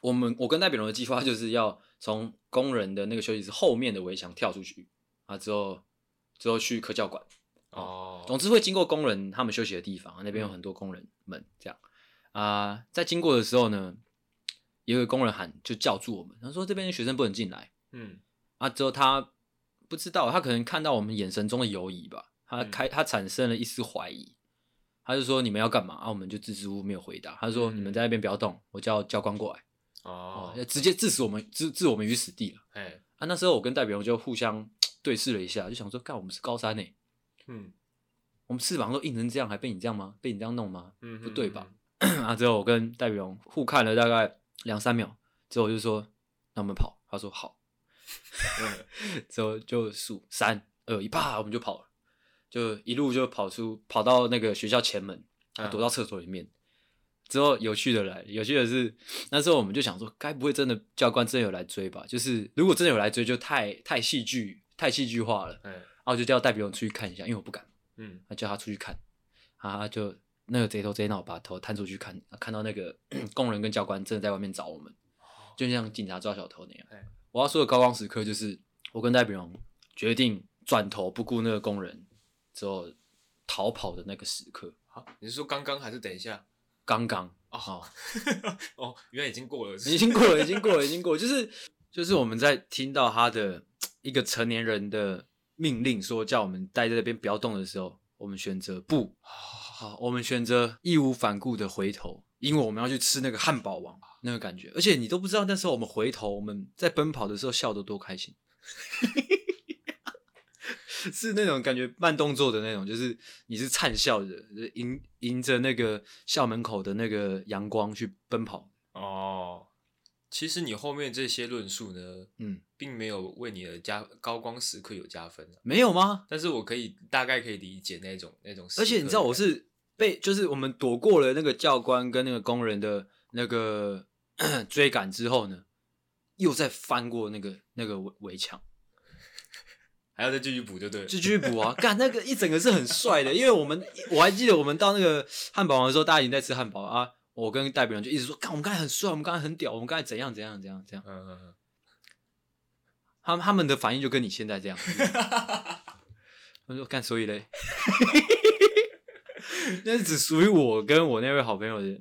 我们我跟代表人的计划就是要从工人的那个休息室后面的围墙跳出去啊，之后之后去科教馆，
哦，
总之会经过工人他们休息的地方，那边有
嗯
很多工人们这样啊，在经过的时候呢，有一个工人喊就叫住我们，他说这边学生不能进来
嗯
啊，之后他不知道他可能看到我们眼神中的犹疑吧，他
嗯
开他产生了一丝怀疑，他就说你们要干嘛啊？我们就支支吾吾没有回答，他说
嗯
你们在那边不要动，我叫教官过来
哦
哦，，直接致死我们置置我们于死地了
哎，
啊！那时候我跟代表就互相对视了一下，就想说干我们是高三呢、
嗯
我们翅膀都硬成这样，还被你这样吗？被你这样弄吗？
嗯，
不对吧？啊！之后我跟戴比荣互看了大概两三秒，之后我就说：“那我们跑。”他说：“好。
嗯”
之后就数三二一，啪，我们就跑了，就一路就跑出跑到那个学校前门，
嗯
躲到厕所里面。之后有趣的来，有趣的是那时候我们就想说，该不会真的教官真的有来追吧？就是如果真的有来追，就太太戏剧太戏剧化了。
哎，
然后我就叫戴比荣出去看一下，因为我不敢。
嗯
他叫他出去看，啊，他就那个贼头贼脑把头探出去看，啊看到那个 工人跟教官真的在外面找我们，就像警察抓小偷那样
哦哎。
我要说的高光时刻就是我跟戴炳荣决定转头不顾那个工人之后逃跑的那个时刻，
好，你是说刚刚还是等一下？
刚刚啊
哦， 哦，原来已经过了，
已经过了，已经过了，已经过了，就是就是我们在听到他的一个成年人的命令说叫我们待在那边不要动的时候，我们选择不好，我们选择义无反顾的回头，因为我们要去吃那个汉堡王那个感觉，而且你都不知道那时候我们回头，我们在奔跑的时候笑得多开心， 是那种感觉慢动作的那种，就是你是灿笑着就是迎迎着那个校门口的那个阳光去奔跑，
哦，其实你后面这些论述呢，
嗯，
并没有为你的加高光时刻有加分、啊、
没有吗？
但是我可以大概可以理解那种那种时刻
而
的感觉，
且你知道我是被，就是我们躲过了那个教官跟那个工人的那个 追赶之后呢，又再翻过那个那个围围墙，
还要再继续补就对了，
就继续补啊！干那个一整个是很帅的，因为我们我还记得我们到那个汉堡王的时候，大家已经在吃汉堡啊。我跟代表人就一直说，干我们刚才很帅，我们刚才很屌，我们刚才怎样怎样怎样怎样。
嗯嗯嗯，
他们他们的反应就跟你现在这样。 他说：“干，所以嘞， 那是只属于我跟我那位好朋友的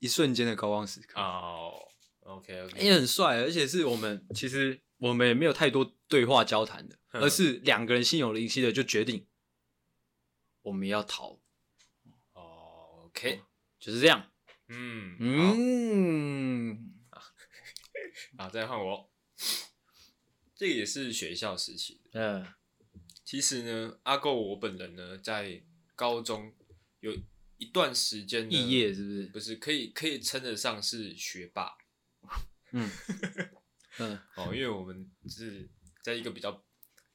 一瞬间的高光时刻，
哦，OK
也、
OK，
很帅，而且是我们其实我们也没有太多对话交谈的，
嗯
而是两个人心有灵犀的就决定我们要逃，
哦 OK，
就是这样。
嗯嗯，
嗯，
好，好再换我，这个也是学校时期的。
呃，
其实呢，阿狗我本人呢，在高中有一段时间呢
异业是不是？
不是可以可以称得上是学霸，
嗯嗯
哦，因为我们是在一个比较，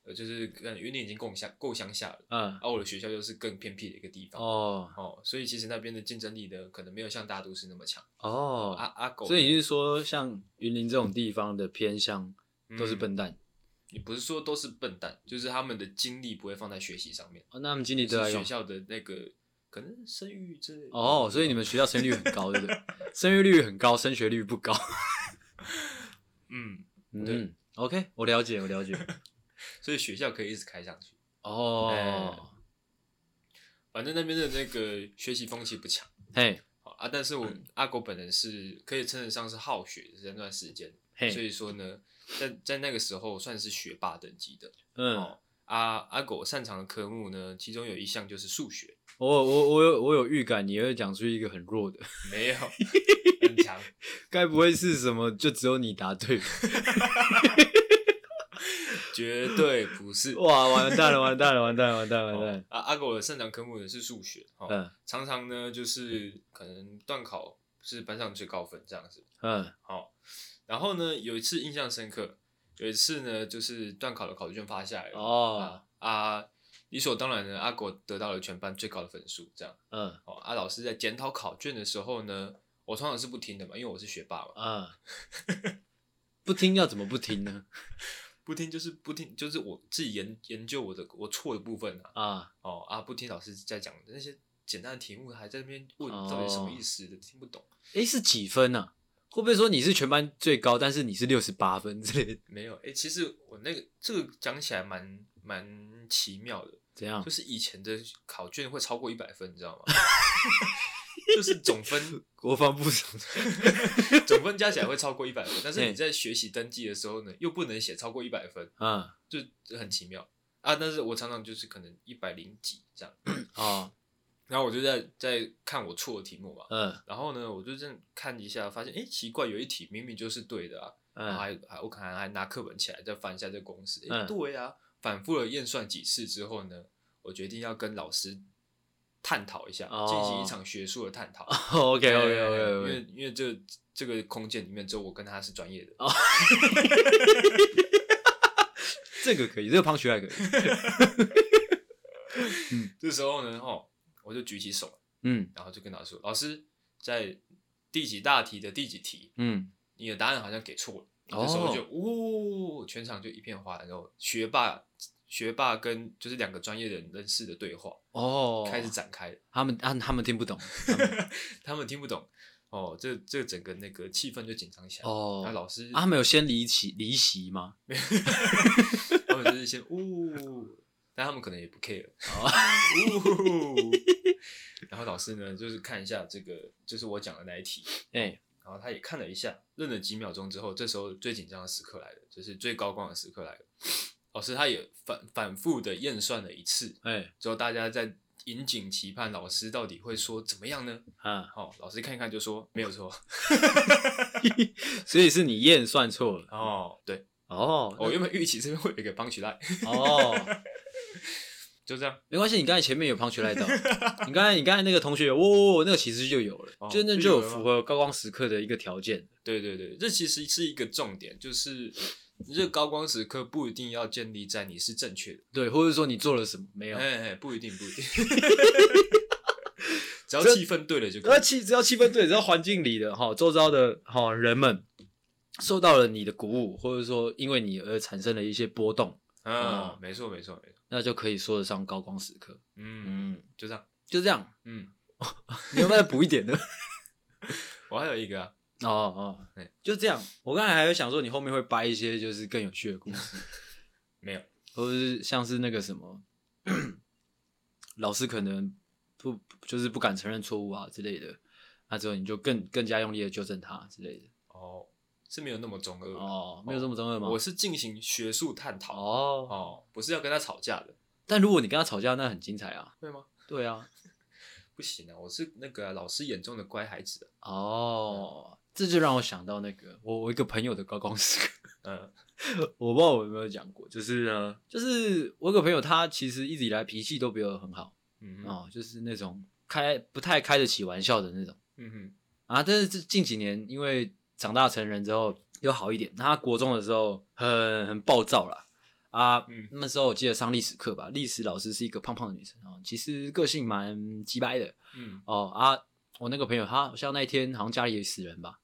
呃，就是可能云林已经够乡够乡下了，啊
嗯，
而我的学校又是更偏僻的一个地方，哦
哦
所以其实那边的竞争力呢，可能没有像大都市那么强。
哦
阿阿狗呢，
所以你是说，像云林这种地方的偏乡
嗯
都是笨，蛋？
也不是说都是笨蛋，就是他们的精力不会放在学习上面，
哦，那他们经理
是
得来
学
用
校的那个可能生育之类的
哦，所以你们学校生育率很高，对不 对？生育率很高，升学率不高。
嗯，对
嗯，OK，我了解，我了解。
所以学校可以一直开上去，
哦，
反正那边的那个学习风气不强。
嘿，
好啊，但是我
嗯
阿狗本人是可以称得上是好学的这段时间，所
嘿，
以说呢，在在那个时候算是学霸等级的。
嗯
哦，阿阿狗擅长的科目呢，其中有一项就是数学，
我我我有我有预感，你会讲出一个很弱的，
没有很强，
该不会是什么？就只有你答对吧？
绝对不是。
哇，完蛋了，完蛋了，完蛋了，完蛋了，完蛋
哦
了。
啊，阿狗的擅长科目呢是数学，哦，
嗯
常常呢就是可能段考是班上最高分这样子，
嗯
好，然后呢有一次印象深刻，有一次呢就是段考的考卷发下来了，
哦
啊啊，理所当然呢，阿狗得到了全班最高的分数，这样，
嗯
哦，啊，老师在检讨考卷的时候呢，我通常是不听的嘛，因为我是学霸嘛，
嗯，不听要怎么不听呢？
不听就是不听，就是我自己研研究我的我错的部分啊，
啊，
哦啊，不听老师在讲的那些简单的题目，还在那边问到底什么意思的，听不懂。
诶，是几分啊？会不会说你是全班最高，但是你是六十八分之类的？
没有，哎、其实我那个这个讲起来蛮蛮奇妙的，
怎样
就？是以前的考卷会超过一百分，你知道吗？就是总分
国防部 长
总分加起来会超过一百分，但是
嘿
你在学习登记的时候呢，又不能写超过一百分，
啊
就很奇妙啊。但是我常常就是可能一百零几这样，
哦
然后我就在在看我错的题目嘛，
嗯
然后呢，我就这样看一下，发现哎、诶奇怪，有一题明明就是对的啊，然
嗯
后还还我可能还拿课本起来再翻一下这个公式，哎、
嗯
对啊，反复的验算几次之后呢，我决定要跟老师探讨一下，
哦
进行一场学术的探讨。
，OK
对
OK OK
因
OK，
为因为这这个空间里面只有我跟他是专业的，
哦这个可以，这个胖学还可以。
这时候呢，吼，我就举起手，
嗯
然后就跟老师说，老师在第几大题的第几题，
嗯，
你的答案好像给错了。
哦
这时候就呜、全场就一片哗然。然后学霸、学霸跟就是两个专业人人士的对话、
哦，
开始展开了，
他们他他们听不懂
他们听不懂哦，这这整个那个气氛就紧张起来。
哦
那、。老师、
啊，他们有先离席离席吗？
他们就是先呜，但他们可能也不 care。
哦
呜， 然后老师呢，就是看一下这个，就是我讲的那一题，
哎
然后他也看了一下，愣了几秒钟之后，这时候最紧张的时刻来了，就是最高光的时刻来了。老师他也反反复的验算了一次，
哎
之后大家在引颈期盼老师到底会说怎么样呢？
啊，
哦，老师看一看就说没有错。
所以是你验算错了
哦，对，
哦
我原本预期这边会有一个帮取赖，
哦，
就这样。
没关系，你刚才前面有胖学 来到，你刚才你刚才那个同学，哇、哦，那个其实就有了，
哦
就那
就
就
有
有
了吗
符合高光时刻的一个条件。
对对对，这其实是一个重点，就是这个高光时刻不一定要建立在你是正确的，
对，或者说你做了什么没有？
哎哎，不一定不一定， 只要
这
气氛对了就可
而
以。
气只要气氛对，只要环境里的哈、周遭的哈、人们受到了你的鼓舞，或者说因为你而产生了一些波动，
嗯，没错没错没错，
那就可以说得上高光时刻。
嗯。
嗯，
就这样。
就这样，
嗯，
你要不要再补一点呢？
我还有一个啊，
哦哦
对，
就这样。我刚才还有想说，你后面会掰一些就是更有趣的故 事，
没有，
或者是像是那个什么， 老师可能不就是不敢承认错误啊之类的，那之后你就更更加用力的纠正他之类的。
哦，是没有那么中二的，
哦，没有这么中二吗？
我是进行学术探讨哦
哦，
不是要跟他吵架的，
但如果你跟他吵架，那很精彩啊。
对吗？
对啊，
不行啊，我是那个啊、老师眼中的乖孩子、啊
哦，这就让我想到那个我我一个朋友的高光时刻。
嗯
我不知道我有没有讲过，就是呢，就是我有个朋友，他其实一直以来脾气都比我很好
嗯哼
哦，就是那种开不太开得起玩笑的那种
嗯哼
啊。但是这近几年因为长大成人之后又好一点，他国中的时候很很暴躁啦。啊，
嗯
那时候我记得上历史课吧，历史老师是一个胖胖的女生哦，其实个性蛮鸡掰的，
嗯，
哦啊，我那个朋友他好像那一天好像家里也死人吧，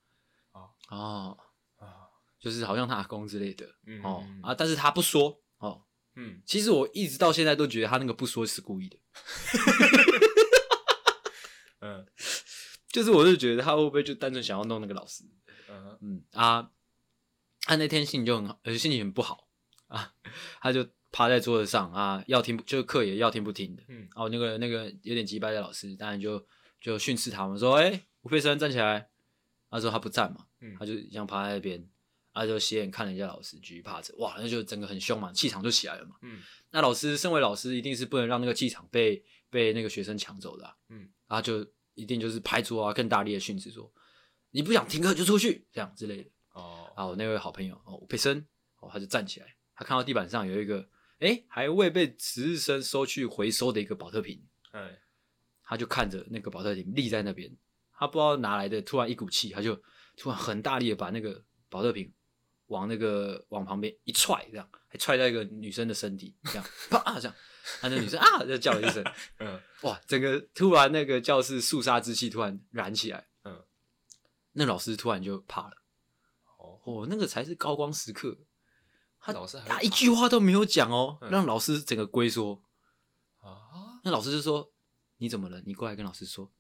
哦
哦，
啊，
就是好像他阿公之类的，
嗯
哦
嗯
啊，但是他不说哦。
嗯，
其实我一直到现在都觉得他那个不说是故意的，
嗯
就是我就觉得他会不会就单纯想要弄那个老师，
嗯哼，
嗯啊，他那天心情就很好，呃心情很不好啊，他就趴在桌子上啊，要听不就课也要听不听的，
嗯
哦，那个那个有点急掰的老师，当然就就训斥他们说：“哎、吴佩生站起来。”他说他不站嘛，
嗯
他就这样趴在那边，他就斜眼看了一下老师，继续趴着。哇，那就整个很凶嘛，气场就起来了嘛。
嗯
那老师身为老师，一定是不能让那个气场被被那个学生抢走的、啊。
嗯，
他就一定就是拍桌啊，更大力的训斥说：“你不想停课就出去，这样之类的。”
哦，
啊，我那位好朋友哦，吴佩生哦，他就站起来，他他看到地板上有一个，哎、还未被值日生收去回收的一个保特瓶，
哎，
他就看着那个保特瓶立在那边，他不知道哪来的，突然一股气，他就突然很大力的把那个保特瓶往那个往旁边一踹，这样还踹到一个女生的身体，这样啪这样，那那女生啊就叫了一声，
嗯，
哇，整个突然那个教室肃杀之气突然燃起来，
嗯，
那老师突然就怕了，
哦，
哦，那个才是高光时刻，他
老师还会
他
怕
一句话都没有讲哦，
嗯
让老师整个龟缩，
啊，
那老师就说你怎么了？你过来跟老师说，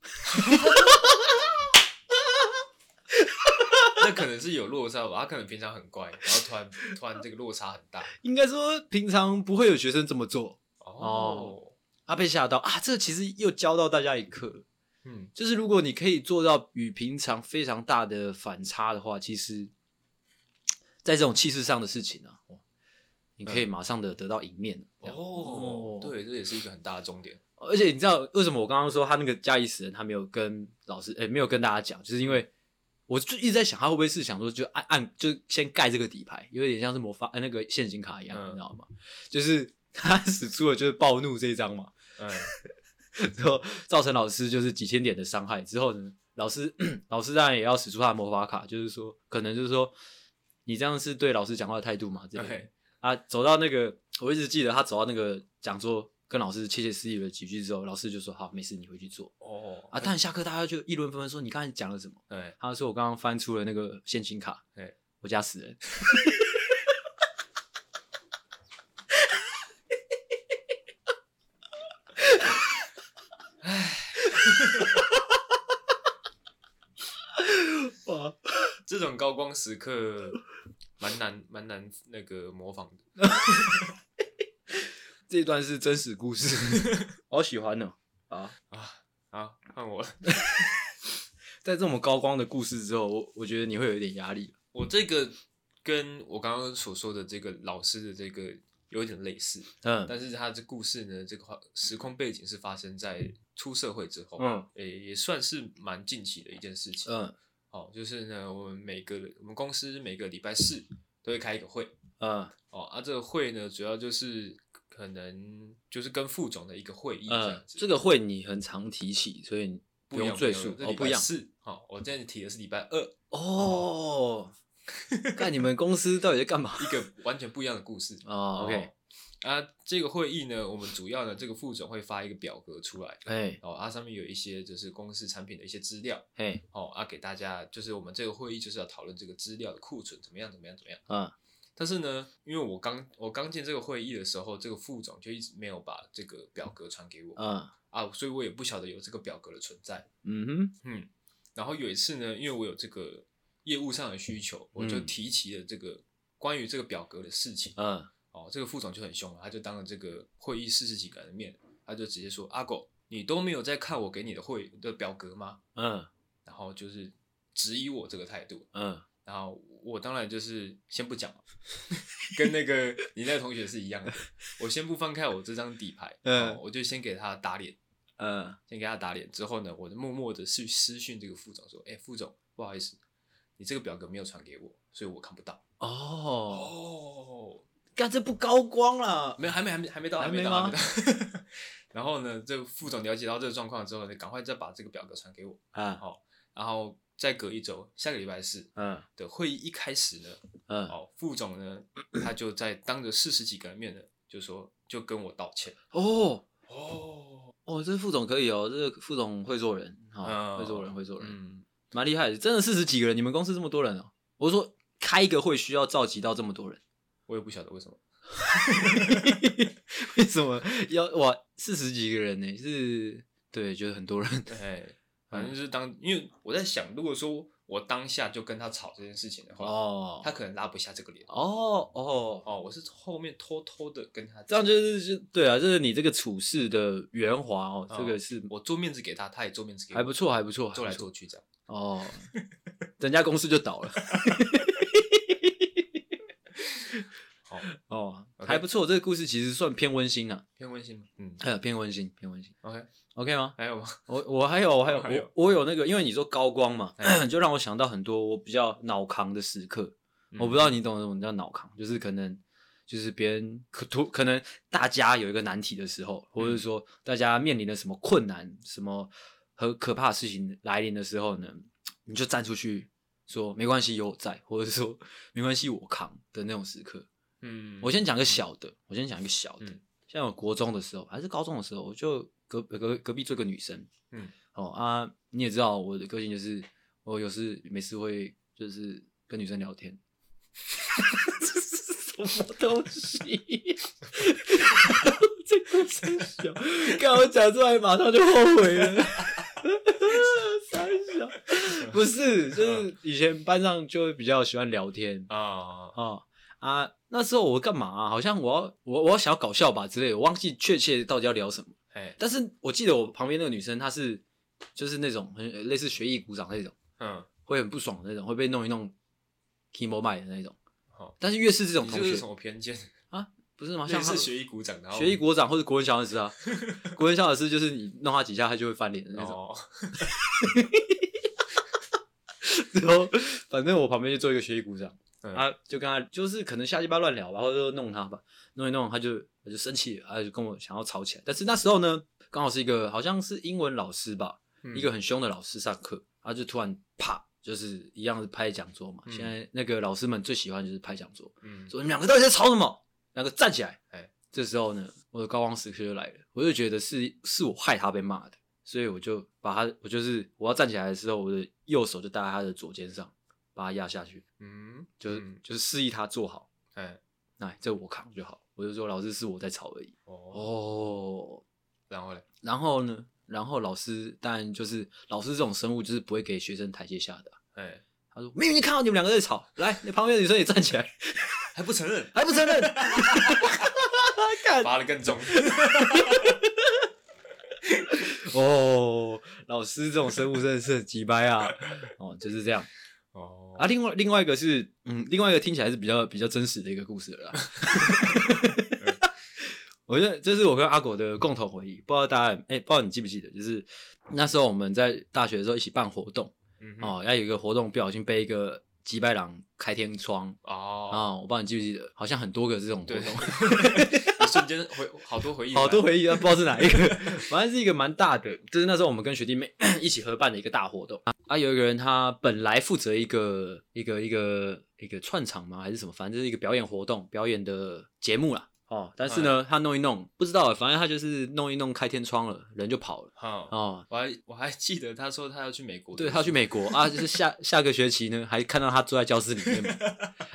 那可能是有落差吧，他可能平常很乖，然后突然突然这个落差很大，
应该说平常不会有学生这么做。
哦，
啊，被吓到啊！这其实又教到大家一课了，
嗯，
就是如果你可以做到与平常非常大的反差的话，其实，在这种气势上的事情啊，哇你可以马上的得到赢面。这样
嗯哦，，对，这也是一个很大的重点，
而且你知道为什么我刚刚说他那个家里死人，他没有跟老师，诶、没有跟大家讲，就是因为我就一直在想，他会不会是想说就按按就先盖这个底牌，有点像是魔法、呃、那个陷阱卡一样，
嗯
你知道吗？就是他 使出了就是暴怒这一招嘛，
嗯，
之后造成老师就是几千点的伤害。之后呢，老师 老师当然也要使出他的魔法卡，就是说，可能就是说，你这样是对老师讲话的态度嘛？这个、
对，
啊，走到那个，我一直记得他走到那个讲桌，跟老师窃窃私议了几句之后，老师就说：“好，没事，你回去做。”
哦，
啊，但下课大家就议论纷纷说：“你刚才讲了什么
哎？”，
他说：“我刚刚翻出了那个现金卡
对，
我家死人。”哇，
这种高光时刻蛮难蛮难那个模仿的，
这一段是真实故 事，好喜欢哦！啊，
好，啊换我了，
在这么高光的故事之后，我我觉得你会有一点压力。
我这个跟我刚刚所说的这个老师的这个有点类似，
嗯
但是他这故事呢，这个话时空背景是发生在出社会之后，
嗯
诶、也算是蛮近期的一件事情。
嗯
哦，就是呢，我们每个我们公司每个礼拜四都会开一个会，
嗯
哦，啊，这个会呢，主要就是可能就是跟副总的一个会议这
嗯
样，子。
这个会你很常提起，所以你不
不一
用
样
赘述
这
哦，
礼
不一
拜
样
四，哦，我这样提的是礼拜二，
哦。看你们公司到底在干嘛？
一个完全不一样的 故事。
哦，OK，
啊，这个会议呢，我们主要呢，这个副总会发一个表格出来，
哎
哦，啊，上面有一些就是公司产品的一些资料，
哎，
哦啊，给大家就是我们这个会议就是要讨论这个资料的库存怎么样怎么样怎么样。
嗯
但是呢，因为我刚我刚进这个会议的时候，这个副总就一直没有把这个表格传给我、
嗯
啊，所以我也不晓得有这个表格的存在。
嗯哼，
嗯，然后有一次呢，因为我有这个业务上的需求，我就
嗯
提起了这个关于这个表格的事情。
嗯
哦，这个副总就很凶了，他就当着这个会议四十几个人的面，他就直接说：“阿狗，你都没有在看我给你的会的表格吗？”
嗯
然后就是质疑我这个态度，
嗯，
然后我当然就是先不讲嘛， 跟那个你那个同学是一样的，我先不放开我这张底牌，
嗯
嗯，我就先给他打脸，
嗯
先给他打脸之后呢，我就默默的去私讯这个副总说，哎、副总，不好意思，你这个表格没有传给我，所以我看不到。
哦，
哦，
干这不高光啦，
没有，还没，还没，还没到，
还
没
没
到，
吗
还没到。 然后呢，这个副总了解到这个状况之后呢，赶快再把这个表格传给我，
啊
然后再隔一周，下个礼拜四
嗯
的会议一开始呢，
嗯，
哦，副总呢， 他就在当着四十几个人面呢，就说就跟我道歉。
哦
哦，
哦，这副总可以哦，这个副总会做人，好，会做人会做人，
嗯，
蛮厉害的，真的四十几个人，你们公司这么多人哦，我是说开一个会需要召集到这么多人，
我也不晓得为什么。
为什么要哇四十几个人呢？是，对，就是很多人，
哎，反
嗯
正就是当，因为我在想，如果说我当下就跟他吵这件事情的话，
哦
他可能拉不下这个脸。
哦哦，
哦，我是后面偷偷的跟他讲，
这样就是就对啊，这是你这个处事的圆滑哦，
哦
这个是
我做面子给他，他也做面子给我，
还不错，还不错，
做来
还不错
做去这样。
哦，人家公司就倒了
好、
哦，
OK
还不错，这个故事其实算偏温馨啊，
偏温馨吗？嗯
呃偏温馨，偏温馨
，OK，
，OK 吗？
还有吗？
我我还有我还有
还有
我我有那个，因为你说高光嘛，
哎
就让我
嗯
想到很多我比较脑扛的时刻，我不知道你懂什么叫脑扛，就是可能就是别人可突可能大家有一个难题的时候，或者是说大家面临了什么困难、什么和可怕的事情来临的时候呢，你就站出去说没关系，有我在，或者是说没关系，我扛的那种时刻。
嗯，
我先讲个小的，我先讲一个小的
嗯。
像我国中的时候，还是高中的时候，我就隔隔隔壁坐个女生，
嗯，
哦啊，你也知道我的个性就是，我有事没事会就是跟女生聊天。 这是什么东西？ 这个三小，刚我讲出来马上就后悔了。 三小 不是，
嗯
就是以前班上就会比较喜欢聊天，
啊，
哦啊，那时候我干嘛啊、好像我要我我要想要搞笑吧之类的，我忘记确切到底要聊什么。
哎，
但是我记得我旁边那个女生，她是就是那种很类似学艺鼓掌那种，
嗯，
会很不爽的那种，会被弄一弄 keymo 卖的那种。
好，
但是越是这种
你
同
这是
学
什，么偏见？
不是吗？像
像
她
是学艺鼓掌，然后
学艺鼓掌或者国文小老 师啊，国文小老师就是你弄她几下，她就会翻脸的那种。
哦，
然后反正我旁边就坐一个学艺鼓掌。
嗯
啊，就跟他就是可能瞎鸡巴乱聊吧，或者说弄他吧，弄一弄他就他就生气了，他就跟我想要吵起来。但是那时候呢，刚好是一个好像是英文老师吧，
嗯
一个很凶的老师上课，他就突然啪，就是一样是拍讲桌嘛。
嗯
现在那个老师们最喜欢就是拍讲桌，
嗯，
说你们两个到底在吵什么？两个站起来。
哎
这时候呢，我的高光时刻就来了，我就觉得是是我害他被骂的，所以我就把他，我就是我要站起来的时候，我的右手就搭在他的左肩上，把他压下去。
嗯，
就是、
嗯
就是示意他做好，
哎，
哎，这我扛就好。我就说老师是我在吵而已。
哦，
哦，
然后嘞，
然后呢？然后老师当然就是老师这种生物就是不会给学生台阶下的啊、
哎，
他说明明就看到你们两个在吵，来，你旁边的女生也站起来，
还不承认，
还不承认，看
罚的更 重，
哦，老师这种生物真的是很鸡掰啊。哦，就是这样
哦，
啊。另外另外一个是，嗯，另外一个听起来是比较比较真实的一个故事了 啦。我觉得这是我跟阿果的共同回忆，不知道大家哎、不知道你记不记得，就是那时候我们在大学的时候一起办活动
嗯哼，
哦，要有一个活动不小心被一个击败狼开天窗
哦，
啊、我不知道你记不记得，好像很多个这种活
对，
动，
一瞬间回好多回忆，
好多，回忆，但啊不知道是哪一个， 反正是一个蛮大的，就是那时候我们跟学弟妹 一起合办的一个大活动啊啊，有一个人他本来负责一个一个一个一个串场吗还是什么，反正就是一个表演活动表演的节目啦。哦，但是呢，他弄一弄，不知道，反正他就是弄一弄开天窗了，人就跑了。
好，
哦，
我还我还记得他说他要去美国，
对他去，美国啊，就是下下个学期呢，还看到他坐在教室里面嘛。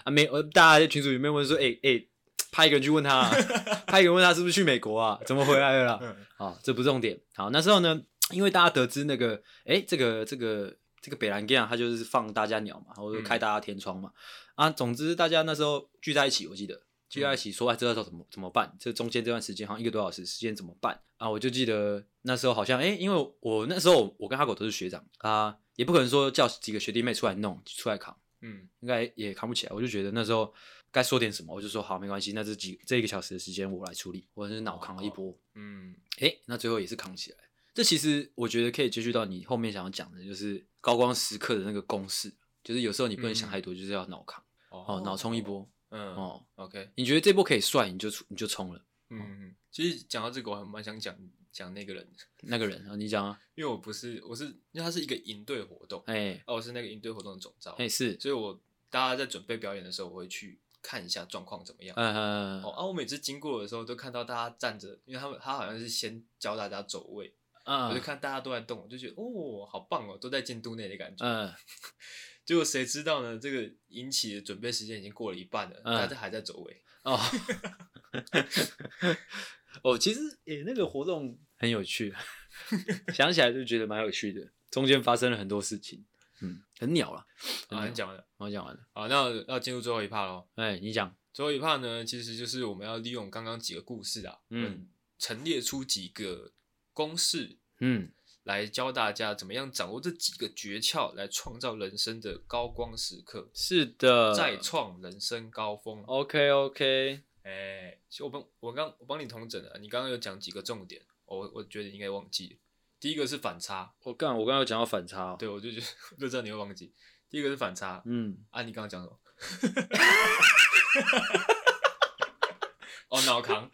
啊，没，呃大家在群组里面问说，哎、哎、派一个人去问他、啊，派一个人问他是不是去美国啊？怎么回来了啦？
嗯
啊，这不是重点。好，那时候呢，因为大家得知那个，哎，这个这个这个北兰干，他就是放大家鸟嘛，或者
嗯
开大家天窗嘛，啊，总之大家那时候聚在一起，我记得聚在一起说，哎，这要怎么怎么办？这中间这段时间好像一个多小时时间怎么办啊？我就记得那时候好像，哎，因为我那时候我跟哈狗都是学长啊，也不可能说叫几个学弟妹出来弄，出来扛。
嗯
应该也扛不起来。我就觉得那时候该说点什么，我就说好，没关系，那这几这一个小时的时间我来处理，我是脑扛了一波。
嗯，
诶、那最后也是扛起来。这其实我觉得可以接续到你后面想要讲的，就是高光时刻的那个公式，就是有时候你不能想太多，就是要脑扛哦，脑冲一，波
嗯
哦。
，OK，
你觉得这波可以帅，你就出你就冲了。
嗯，其实讲到这个，我还蛮想讲讲那个人的，
那个人啊，你讲啊，
因为我不是，我是因为他是一个营队活动，
哎、
哦，我是那个营队活动的总招，
哎、是，
所以我大家在准备表演的时候，我会去看一下状况怎么样。
呃
哦，啊，我每次经过的时候都看到大家站着，因为他们他好像是先教大家走位，我就
啊
看大家都在动，我就觉得哦，好棒哦，都在进度内的感觉。
嗯
结果谁知道呢？这个引起的准备时间已经过了一半了，
嗯
大家还在走位。
哦 哦，其实诶、那个活动很有趣， 想起来就觉得蛮有趣的。中间发生了很多事情，嗯，很鸟了。
啊，
很
你
鸟，
讲完了。
我讲完了。
好，那要进入最后一趴喽。
哎、你讲，
最后一 part 呢，其实就是我们要利用刚刚几个故事啊，
嗯，
陈列出几个公式
嗯
来教大家怎么样掌握这几个诀窍，来创造人生的高光时刻，，
是的，
再创人生高峰。哦，
OK OK，
哎、其实我帮我刚我帮你统整了、你刚刚有讲几个重点，我我觉得你应该忘记了。第一个是反差，
我刚我刚刚有讲到反差、哦，
对，我就觉得 就知道你会忘记。啊第一个是反差，
嗯，
啊，你刚刚讲什么？脑扛，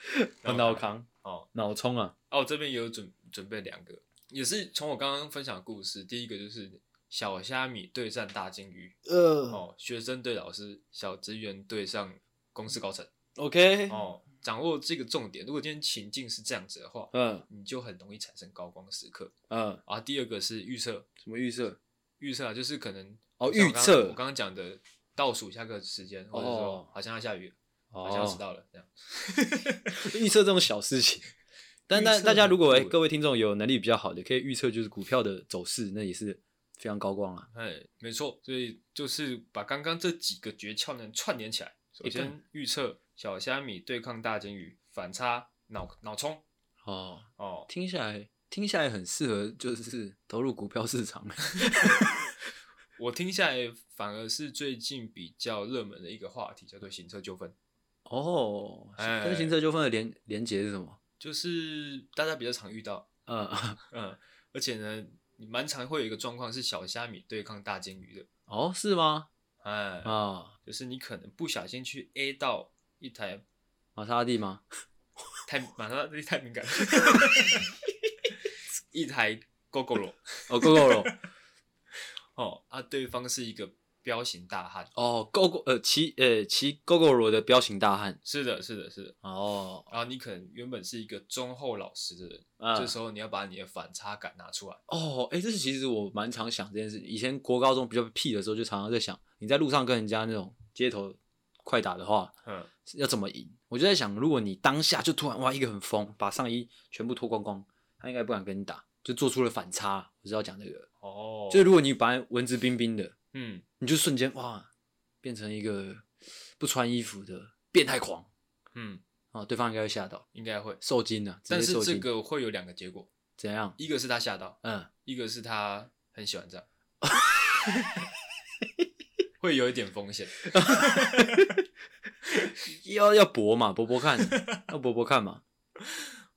脑扛
哦
脑冲啊，
哦，我这边也有准准备两个，也是从我刚刚分享的故事，第一个就是小虾米对战大金鱼，
呃
哦，学生对老师，小职员对上公司高层，
，OK，
哦，掌握这个重点。如果今天情境是这样子的话，
嗯
你就很容易产生高光时刻。
嗯，
啊，第二个是预测，
什么预设？
预测啊，就是可能
哦
像我
预
刚
测
我刚刚讲的倒数下课时间，或者说
哦
好像要下雨了，好像要迟
哦，
到了这样。
预测这种小事情。但
预
但
测
大家
很
如果、
酷
哎
欸
各位听众有能力比较好的，可以预测就是股票的走势，那也是非常高光啊。
哎，没错，所以就是把刚刚这几个诀窍呢串联起来。首
一般
先预测小虾米对抗大金鱼，反差脑脑冲
哦，
哦，
听下来听下来很适合，就是投入股票市场。
我听下来反而是最近比较热门的一个话题，叫做行车纠纷。
哦，
哎
跟行车纠纷的连连结是什么？
就是大家比较常遇到，
嗯，
嗯，而且呢，你蛮常会有一个状况是小虾米对抗大金鱼的，
哦，是吗？
哎，
啊，
就是你可能不小心去 A 到一 台
玛莎拉蒂吗？
太，马上这太 敏感了，一台 GoGo
哦，GoGo
哦，啊，对方是一个彪形大汉，
哦，GoGo 呃骑呃骑 GoGo 的彪形大汉。
是的，是的，是的，
哦，
然后你可能原本是一个忠厚老实的人，
啊
这时候你要把你的反差感拿出来，
哦，哎、这是其实我蛮常想这件事。以前国高中比较屁的时候，就常常在想，你在路上跟人家那种街头快打的话，
嗯，
要怎么赢？我就在想，如果你当下就突然哇一个很疯，把上衣全部脱光光，他应该不敢跟你打，就做出了反差。我是要讲这个，
哦，
就是如果你把文质彬彬的，
嗯，
你就瞬间哇变成一个不穿衣服的变态狂
嗯，
啊、哦对方应该会吓到，
应该会，
受惊啊，直
但
接
是
受
这
惊。
个会有两个结果，
怎样？
一个是他吓到，
嗯，
一个是他很喜欢这样， 会有一点风险。
要要搏嘛，搏搏看， 要搏搏看嘛。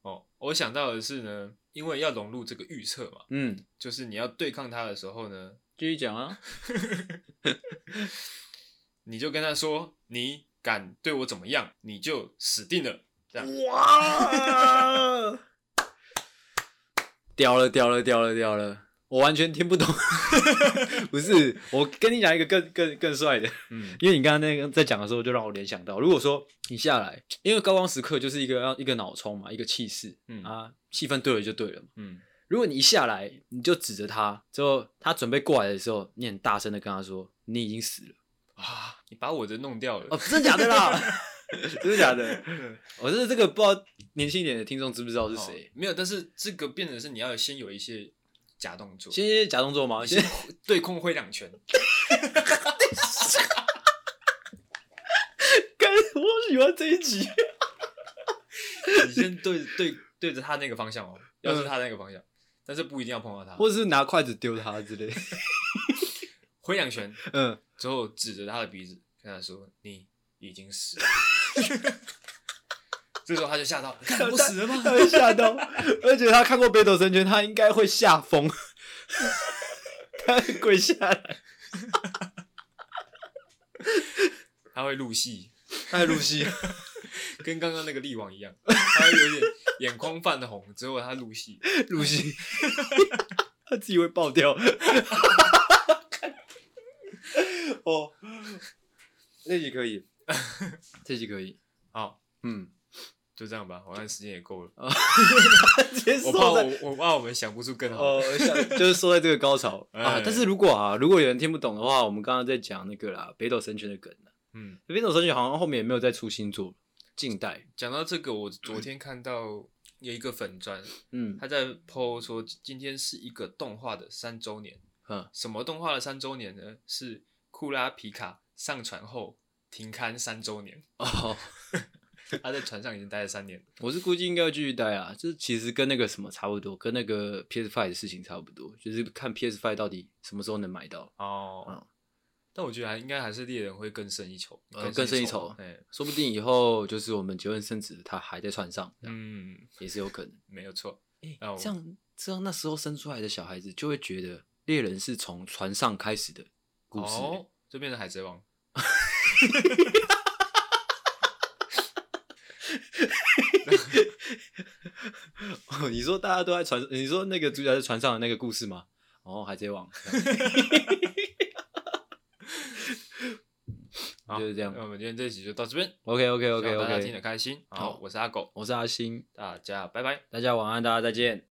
哦，我想到的是呢，因为要融入这个预测嘛，
嗯，
就是你要对抗他的时候呢，
继续讲啊。
你就跟他说，你敢对我怎么样，你就死定了。这样，
哇！ 屌了，屌了，屌了，屌了！我完全听不懂。 不是，我跟你讲一个更更更帅的，
嗯
因为你刚刚那个在讲的时候，就让我联想到，如果说你下来，因为高光时刻就是一个要一个脑冲嘛，一个气势
嗯
啊，气氛对了就对了嘛。
嗯，
如果你一下来，你就指着他，之后他准备过来的时候，你很大声的跟他说：“你已经死了。
啊，你把我的弄掉”了
哦，。真的假的啦？ 真的假的？我、是这个不知道年轻一点的听众知不知道是
哦
谁？
没有，但是这个变成是你要先有一些假动作，
先先假动作嘛，
你
哦先
先对空挥两拳。
干，我喜欢这一 集。
你先对对对着他那个方向哦，要是他那个方向，但是不一定要碰到他。
或者是拿筷子丢他之类。
挥两拳
嗯，
之后，指着他的鼻子跟他说：“你已经死了。” 这时候他就吓到，看我死了吗？
他会吓到，而且他看过《北斗神拳》，他应该会吓 疯，他会跪下来，
他会入戏，
他露西。
跟刚刚那个力王一样，他会有点眼眶泛红，之后他入戏。
露西， 他自己会爆掉。 哦，这集可以， 这集可以，
好，
嗯，
就这样吧，我看时间也够了，
接受
我怕
在
我我怕我们想不出更好 的。
哦，像就是说在这个高 潮啊
哎，
但是如果啊，如果有人听不懂的话，我们刚刚在讲那个啦，北斗神拳的梗啊
嗯，
北斗神拳好像后面也没有再出新作，近代，
讲到这个，我昨天看到有一个粉砖，
嗯
他在 PO 说今天是一个动画的三周年。
嗯，
什么动画的三周年呢？是库拉皮卡上船后停刊三周年。
哦，
他在船上已经待了三年。
我是估计应该要继续待啊，这其实跟那个什么差不多，跟那个 PS Five 的事情差不多，就是看 PS Five 到底什么时候能买到，
哦
嗯
但我觉得还应该还是猎人会更胜一筹，
呃更胜一筹
哎，
说不定以后就是我们结婚生子，他还在船上，这样
嗯，
也是有可能。
没有错。
哎
哦，
这样这样那时候生出来的小孩子就会觉得猎人是从船上开始的故事、欸
哦，就变成海贼王。
哦， 你说大家都在船，你说那个主角在船上的那个故事吗？哦，海贼王，
好
就是这样
那我们今天这集就到这边
OK OK
希
嗯 OK
望大家听得
OK，
开心。
好
好，我是阿狗，
我是阿星，
大家拜拜。
大家晚安，大家再见。